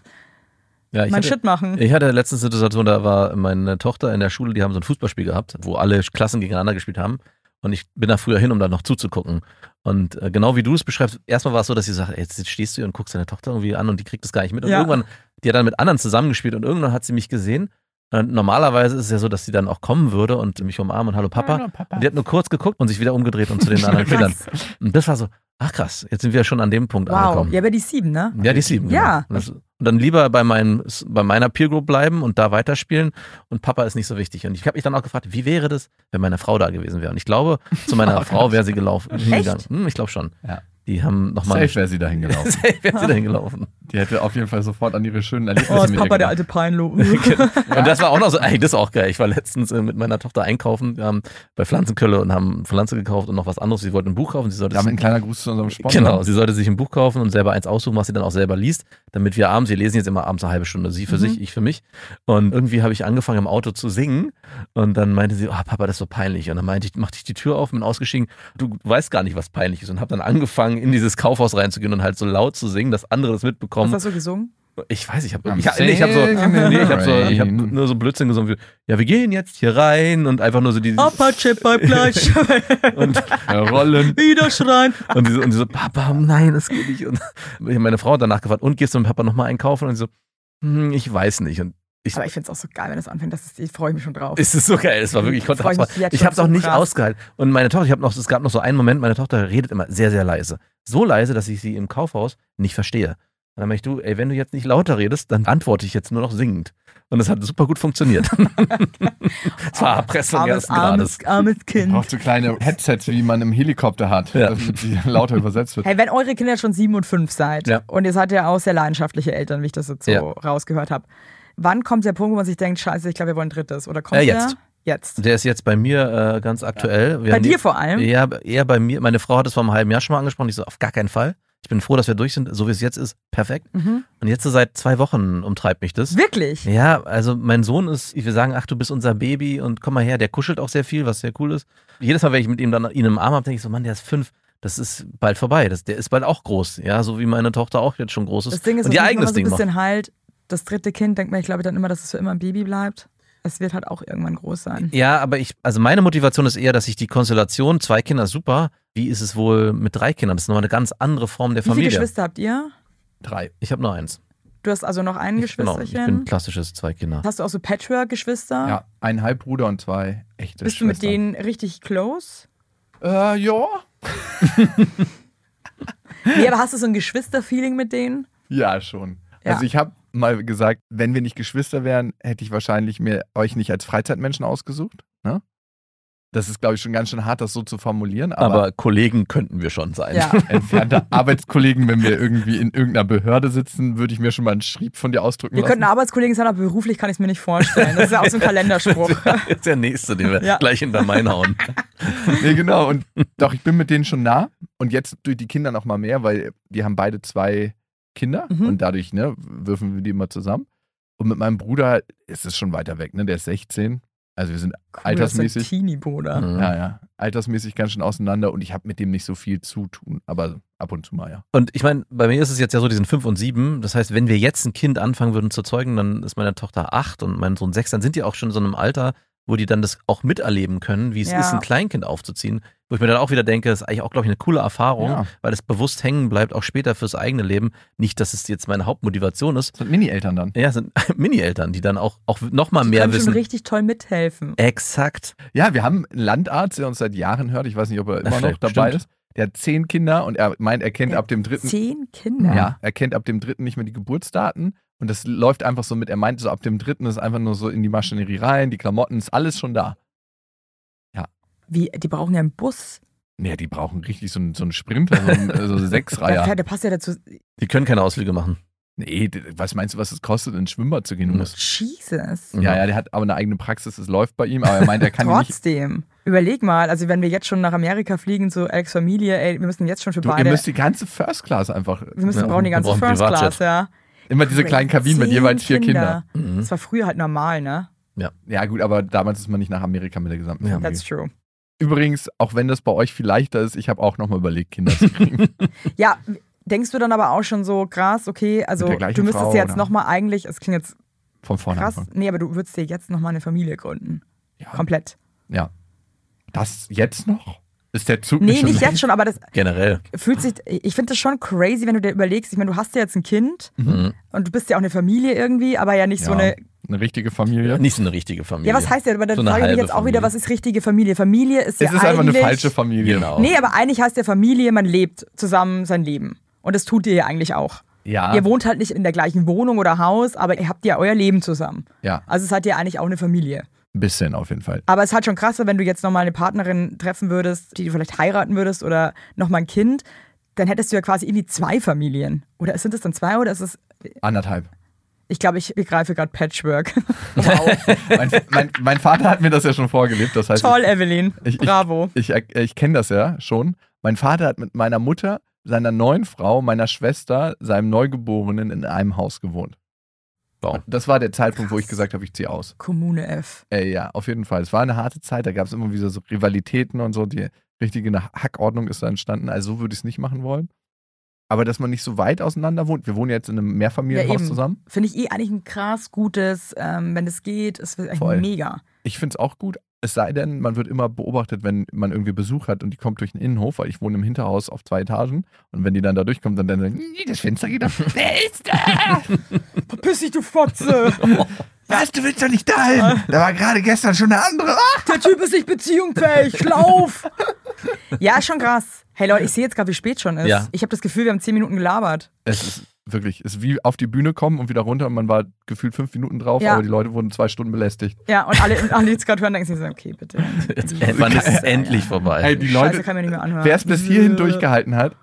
D: Ja, ich
F: meinen
D: hatte-
F: Shit machen.
D: Ich hatte letztens eine Situation, da war meine Tochter in der Schule, die haben so ein Fußballspiel gehabt, wo alle Klassen gegeneinander gespielt haben. Und ich bin da früher hin, um da noch zuzugucken. Und äh, genau wie du es beschreibst, erstmal war es so, dass sie sagt, ey, jetzt stehst du hier und guckst deine Tochter irgendwie an und die kriegt das gar nicht mit. Und
F: Ja.
D: irgendwann, die hat dann mit anderen zusammengespielt und irgendwann hat sie mich gesehen. Und normalerweise ist es ja so, dass sie dann auch kommen würde und mich umarmen und Hallo Papa. Und die hat nur kurz geguckt und sich wieder umgedreht und zu den anderen Kindern. Und das war so, ach krass, jetzt sind wir schon an dem Punkt
F: Wow.
D: angekommen.
F: Ja, aber die ist sieben, ne?
D: Ja, die sieben.
F: Ja.
D: genau. Das, und dann lieber bei, meinem, bei meiner Peer Group bleiben und da weiterspielen. Und Papa ist nicht so wichtig. Und ich habe mich dann auch gefragt, wie wäre das, wenn meine Frau da gewesen wäre? Und ich glaube, zu meiner Frau wäre sie gelaufen. hingegangen. Hm, ich glaube schon.
G: Oh Ja.
D: Die haben nochmal.
G: Safe wäre sie dahin gelaufen.
D: Safe wäre sie dahin gelaufen.
G: Die hätte auf jeden Fall sofort an ihre schönen
F: Oh,
G: Erlebnisse
F: ist
G: mit ihr
F: Papa der
G: gedacht.
F: alte Peinlo.
D: Und das war auch noch so, ey, das ist auch geil. Ich war letztens äh, mit meiner Tochter einkaufen, wir haben bei Pflanzenkölle und haben Pflanze gekauft und noch was anderes. Sie wollte ein Buch kaufen, sie sollte
G: Damit ein kleiner Gruß zu unserem Sponsor.
D: Genau, sie sollte sich ein Buch kaufen und selber eins aussuchen, was sie dann auch selber liest, damit wir abends, wir lesen jetzt immer abends eine halbe Stunde, sie für
F: Mhm.
D: sich, ich für mich. Und irgendwie habe ich angefangen im Auto zu singen und dann meinte sie, oh Papa, das ist so peinlich. Und dann meinte ich, machte ich die Tür auf, bin ausgestiegen, du weißt gar nicht, was peinlich ist und habe dann angefangen, in dieses Kaufhaus reinzugehen und halt so laut zu singen, dass andere das
F: Was
D: mitbekommen.
F: hast du gesungen?
D: Ich weiß, ich habe
G: Am
D: ich, nee, ich hab so,
G: Singing in
D: nee, ich
G: the
D: hab so, ich hab
G: Rain.
D: nur so Blödsinn gesungen wie, ja, wir gehen jetzt hier rein und einfach nur so die
F: Apache bei Fleisch,
D: und
G: Rollen.
F: Widerschreien.
D: Und die, so, und die so, Papa, um nein, das geht nicht. Und ich hab meine Frau hat danach gefragt, und gehst du mit Papa nochmal einkaufen? Und sie so, hm, ich weiß nicht. Und
F: Aber ich finde es auch so geil, wenn das anfängt. Das ist, ich freue mich schon drauf.
D: es ist so geil, es war wirklich, ich konnte
F: Freu ich mich
D: hab's-
F: jetzt
D: ich
F: schon
D: habe es
F: so
D: auch nicht
F: krass.
D: ausgehalten. Und meine Tochter, ich hab noch, es gab noch so einen Moment, meine Tochter redet immer sehr, sehr leise. So leise, dass ich sie im Kaufhaus nicht verstehe. Und dann meinte ich, du, ey, wenn du jetzt nicht lauter redest, dann antworte ich jetzt nur noch singend. Und das hat super gut funktioniert. Es war Erpressung
F: Oh, armes,
D: ersten Grades.
F: armes, armes Kind.
G: Braucht so kleine Headsets, wie man im Helikopter hat,
D: Ja.
G: damit die lauter übersetzt wird.
F: Hey, wenn eure Kinder schon sieben und fünf seid
D: Ja.
F: und ihr seid ja auch sehr leidenschaftliche Eltern, wie ich das jetzt so
D: Ja.
F: rausgehört habe, wann kommt der Punkt, wo man sich denkt, scheiße, ich glaube, wir wollen ein drittes? Oder kommt
D: Äh,
F: der?
D: jetzt.
F: Jetzt.
D: Der ist jetzt bei mir äh, ganz aktuell. Wir
F: Bei
D: haben die-
F: dir vor allem?
D: Ja, eher bei mir. Meine Frau hat es vor einem halben Jahr schon mal angesprochen. Ich so, auf gar keinen Fall. Ich bin froh, dass wir durch sind, so wie es jetzt ist. Perfekt.
F: Mhm.
D: Und jetzt so seit zwei Wochen umtreibt mich das.
F: Wirklich?
D: Ja, also mein Sohn ist, ich will sagen, ach, du bist unser Baby und komm mal her, der kuschelt auch sehr viel, was sehr cool ist. Jedes Mal, wenn ich mit ihm dann ihn im Arm habe, denke ich so, Mann, der ist fünf, das ist bald vorbei, das, der ist bald auch groß, ja, so wie meine Tochter auch jetzt schon groß ist.
F: Das Ding ist,
D: und
F: es
D: ihr
F: macht
D: eigenes
F: immer so ein
D: Ding macht.
F: bisschen halt, das dritte Kind denkt man, ich glaube dann immer, dass es für immer ein Baby bleibt. Es wird halt auch irgendwann groß sein.
D: Ja, aber ich, also meine Motivation ist eher, dass ich die Konstellation, zwei Kinder, super. Wie ist es wohl mit drei Kindern? Das ist nochmal eine ganz andere Form der
F: Wie viele
D: Familie.
F: Geschwister habt ihr?
D: Drei. Ich habe nur eins.
F: Du hast also noch ein
D: Ich, genau, ich bin
F: Geschwisterchen.
D: klassisches zwei Kinder.
F: Hast du auch so Patchwork-Geschwister?
G: Ja, ein Halbbruder und zwei echte
F: Bist du
G: Schwestern.
F: mit denen richtig close?
G: Äh, ja.
F: Nee, aber hast du so ein Geschwisterfeeling mit denen?
G: Ja, schon.
F: Ja.
G: Also ich habe mal gesagt, wenn wir nicht Geschwister wären, hätte ich wahrscheinlich mir euch nicht als Freizeitmenschen ausgesucht. Ne? Das ist, glaube ich, schon ganz schön hart, das so zu formulieren.
D: Aber,
G: Aber,
D: Kollegen könnten wir schon sein.
F: Ja.
G: entfernte Arbeitskollegen, wenn wir irgendwie in irgendeiner Behörde sitzen, würde ich mir schon mal einen Schrieb von dir ausdrücken
F: Wir
G: lassen.
F: könnten Arbeitskollegen sein, aber beruflich kann ich es mir nicht vorstellen. Das ist ja auch so ein Kalenderspruch.
D: Das ist der nächste, den wir
F: Ja.
D: gleich hinter meinen hauen.
G: Nee, genau. Und doch, ich bin mit denen schon nah. Und jetzt durch die Kinder noch mal mehr, weil die haben beide zwei Kinder
F: Mhm.
G: und dadurch ne, würfen wir die immer zusammen. Und mit meinem Bruder ist es schon weiter weg, ne? Der ist 16. Also wir sind
F: Das
G: altersmäßig.
F: ist ein Teenie-Bruder.
D: Mhm.
G: Ja, ja. Altersmäßig ganz schön auseinander und ich habe mit dem nicht so viel zu tun, aber ab und zu mal, ja.
D: Und ich meine, bei mir ist es jetzt ja so, die sind fünf und sieben. Das heißt, wenn wir jetzt ein Kind anfangen würden zu zeugen, dann ist meine Tochter acht und mein Sohn sechs. Dann sind die auch schon in so einem Alter, wo die dann das auch miterleben können, wie es
F: Ja.
D: ist, ein Kleinkind aufzuziehen. Wo ich mir dann auch wieder denke, das ist eigentlich auch, glaube ich, eine coole Erfahrung,
G: Ja.
D: weil es bewusst hängen bleibt, auch später fürs eigene Leben. Nicht, dass es jetzt meine Hauptmotivation ist.
G: Das sind Mini-Eltern dann.
D: Ja, es sind Mini-Eltern, die dann auch, auch nochmal
F: Die
D: mehr
F: können schon
D: wissen.
F: richtig toll mithelfen.
G: Äh,
D: Exakt.
G: Ja, wir haben einen Landarzt, der uns seit Jahren hört. Ich weiß nicht, ob er immer noch
D: vielleicht,
G: dabei
D: stimmt.
G: ist. Der hat zehn Kinder und er meint, er kennt
F: Der
G: ab dem dritten
F: Zehn Kinder.
G: Ja, er kennt ab dem dritten nicht mehr die Geburtsdaten und das läuft einfach so mit. Er meint so, ab dem dritten ist einfach nur so in die Maschinerie rein, die Klamotten, ist alles schon da.
F: Wie, die brauchen ja einen Bus.
G: Nee, die brauchen richtig so einen, so einen Sprinter, so einen äh, so einen
F: Der,
G: Sechsreiher.
F: fährt- der passt ja dazu.
D: Die können keine Ausflüge machen.
G: Nee, d- was meinst du, was es kostet, ins Schwimmbad zu gehen? Du musst.
F: Jesus.
D: Mhm.
G: Ja, ja, der hat aber eine eigene Praxis, es läuft bei ihm, aber er meint, er kann die nicht.
F: Trotzdem, überleg mal, also wenn wir jetzt schon nach Amerika fliegen zu Alex Familie, ey, wir müssen jetzt schon für
G: Du, ihr
F: beide.
G: müsst die ganze First Class einfach. ne,
F: wir müssen
D: Ja,
F: brauchen die
D: wir
F: ganze
D: brauchen
F: First
D: Privatjet.
F: Class, ja.
G: Immer diese kleinen Kabinen mit
F: Zehn
G: jeweils vier Kindern.
D: Mhm.
F: Das war früher halt normal, ne?
G: Ja, gut, aber damals ist man nicht nach Amerika mit der gesamten
D: Ja.
G: Familie.
F: That's true.
G: Übrigens, auch wenn das bei euch viel leichter ist, ich habe auch nochmal überlegt, Kinder zu kriegen.
F: Ja, denkst du dann aber auch schon so krass, okay, also
G: Mit der gleichen
F: du müsstest
G: Frau, ne?
F: jetzt
G: oder?
F: nochmal eigentlich, es klingt jetzt
G: Von vorne
F: krass,
G: anfangen.
F: nee, aber du würdest dir jetzt nochmal eine Familie gründen.
G: Ja.
F: Komplett.
G: Das jetzt noch? Ist der Zug
F: Nee,
G: nicht
F: nicht
G: schon
F: jetzt schon, aber das
D: Generell.
F: fühlt sich, ich finde das schon crazy, wenn du dir überlegst, ich meine, du hast ja jetzt ein Kind
D: Mhm.
F: und du bist ja auch eine Familie irgendwie, aber ja nicht so
G: Ja.
F: eine
G: eine richtige Familie?
D: Nicht so eine richtige Familie.
F: Ja, was heißt ja? Aber dann
D: So eine
F: frage ich mich
D: halbe
F: jetzt auch
D: Familie.
F: wieder, was ist richtige Familie? Familie ist ja
G: Es ist einfach eine
F: eigentlich-
G: falsche Familie.
D: Genau.
F: Nee, aber eigentlich heißt ja Familie, man lebt zusammen sein Leben. Und das tut ihr ja eigentlich auch.
G: Ja.
F: Ihr wohnt halt nicht in der gleichen Wohnung oder Haus, aber ihr habt ja euer Leben zusammen.
G: Ja,
F: Also seid ihr eigentlich auch eine Familie.
G: ein bisschen auf jeden Fall.
F: Aber es hat schon krasser, wenn du jetzt nochmal eine Partnerin treffen würdest, die du vielleicht heiraten würdest oder nochmal ein Kind, dann hättest du ja quasi irgendwie zwei Familien. Oder sind es dann zwei oder ist es.
G: Anderthalb.
F: Ich glaube, ich begreife gerade Patchwork.
G: mein, mein, mein Vater hat mir das ja schon vorgelebt. Das heißt,
F: Toll, Evelyn.
G: Also Ich- ich-
F: Bravo.
G: Ich, ich, ich kenne das ja schon. Mein Vater hat mit meiner Mutter, seiner neuen Frau, meiner Schwester, seinem Neugeborenen in einem Haus gewohnt.
D: Wow.
G: Das war der Zeitpunkt, wo ich
F: Krass.
G: gesagt habe, ich ziehe aus.
F: Kommune F.
G: Äh, ja, auf jeden Fall. Es war eine harte Zeit. Da gab es immer wieder so Rivalitäten und so. Die richtige Na- Hackordnung ist da entstanden. Also so würde ich es nicht machen wollen. Aber dass man nicht so weit auseinander wohnt. Wir wohnen jetzt in einem Mehrfamilienhaus
F: Ja, eben.
G: zusammen.
F: Finde ich eh eigentlich ein krass gutes, ähm, wenn es geht, ist eigentlich
G: Voll.
F: mega.
G: Ich finde es auch gut. Es sei denn, man wird immer beobachtet, wenn man irgendwie Besuch hat und die kommt durch den Innenhof, weil ich wohne im Hinterhaus auf zwei Etagen. Und wenn die dann da durchkommt, dann, dann sagen, "Nee, das Fenster geht auf. Wer ist da?
F: Verpiss dich, du Fotze!
G: Was? Du willst doch nicht dahin. Da war gerade gestern schon eine andere. Ah!
F: Der Typ ist nicht beziehungsfähig, lauf! ja, ist schon krass. Hey Leute, ich sehe jetzt gerade, wie spät schon ist.
D: Ja.
F: Ich habe das Gefühl, wir haben zehn Minuten gelabert.
G: Es ist wirklich, es ist wie auf die Bühne kommen und wieder runter. Und man war gefühlt fünf Minuten drauf,
F: Ja.
G: aber die Leute wurden zwei Stunden belästigt.
F: Ja, und alle, und alle die jetzt gerade hören, denken sich so, okay, bitte.
D: Äh, Wann ist es endlich vorbei?
G: Ey, die
F: Scheiße,
G: Leute-
F: kann man nicht mehr anhören.
G: Wer es bis hierhin durchgehalten hat,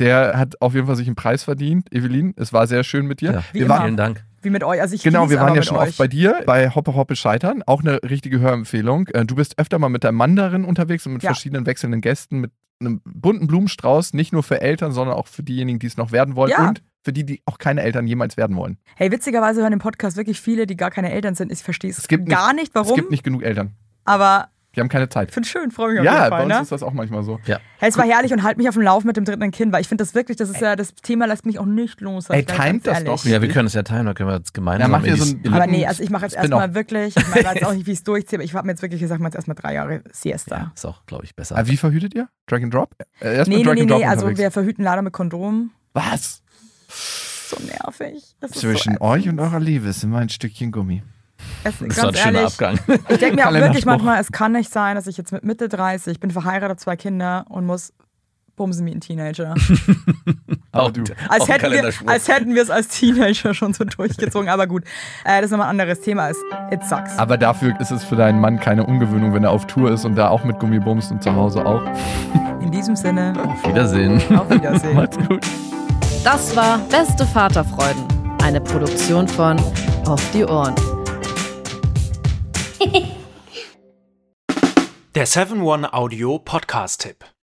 G: der hat auf jeden Fall sich einen Preis verdient. Evelyn, es war sehr schön mit dir.
D: ja.
F: Wie
G: wir
F: immer.
G: waren,
D: Vielen Dank.
F: Wie mit euch. Also ich
G: Genau,
F: genieß
G: wir
F: aber
G: waren ja
F: mit
G: schon
F: euch.
G: oft bei dir, bei Hoppe Hoppe Scheitern. Auch eine richtige Hörempfehlung. Äh, Du bist öfter mal mit deinem Mann darin unterwegs und mit
F: Ja.
G: verschiedenen wechselnden Gästen, mit einem bunten Blumenstrauß, nicht nur für Eltern, sondern auch für diejenigen, die es noch werden wollen
F: Ja.
G: und für die, die auch keine Eltern jemals werden wollen.
F: Hey, witzigerweise hören im Podcast wirklich viele, die gar keine Eltern sind. Ich verstehe es
G: Es gibt
F: gar nicht,
G: Es
F: warum,
G: gibt nicht genug Eltern.
F: aber
G: Die haben keine Zeit.
F: ich finde es schön, freue mich auf jeden
G: Ja,
F: Fall.
G: bei uns
F: ne?
G: ist das auch manchmal so.
F: Hey, es war herrlich und halt mich auf dem Lauf mit dem dritten Kind, weil ich finde das wirklich, das ist ja, das Thema lässt mich auch nicht los. sag
G: Ey,
F: ich gleich ganz
G: timet das
F: ehrlich.
G: doch.
D: Ja, wir können es ja teilen, dann können wir jetzt
G: Ja,
D: gemeinsam.
G: macht
D: in
G: ihr so
D: die-
G: einen
F: Aber
G: dritten
F: nee, also ich mache jetzt
G: Spin-off.
F: erstmal wirklich, ich meine, weiß auch nicht, wie ich es durchziehe, aber ich habe mir jetzt wirklich gesagt, mal jetzt erstmal drei Jahre
D: ja,
F: Siesta.
D: ist auch, glaube ich, besser.
G: Ah, wie verhütet ihr? Drag and Drop? Äh, erst
F: Nee,
G: mit
F: nee,
G: Drag
F: nee,
G: and Drop
F: nee, also
G: unterwegs.
F: wir verhüten leider mit Kondom.
G: Was?
F: So nervig. Das ist
G: Zwischen
F: so
G: euch und eurer Liebe ist immer ein Stückchen Gummi.
F: es,
D: das war ein
F: ganz
D: schöner
F: ehrlich,
D: Abgang.
F: ich denke mir auch wirklich
G: Kalenderspruch.
F: manchmal, es kann nicht sein, dass ich jetzt mit Mitte 30, ich bin verheiratet, hab zwei Kinder und muss bumsen wie ein Teenager.
G: Aber
D: Auch-
G: du.
D: auch
F: Als
D: ein
F: hätten, wir,
D: Kalenderspruch.
F: als hätten wir es als Teenager schon so durchgezogen, aber gut. Äh, das ist nochmal ein anderes Thema. Es- It sucks.
G: Aber dafür ist es für deinen Mann keine Ungewöhnung, wenn er auf Tour ist und da auch mit Gummibums und zu Hause auch.
F: In diesem Sinne,
D: Auf Wiedersehen.
F: auf Wiedersehen.
G: Macht's gut.
A: Das war Beste Vaterfreuden, eine Produktion von Auf die Ohren.
I: Der 7-One-Audio-Podcast-Tipp.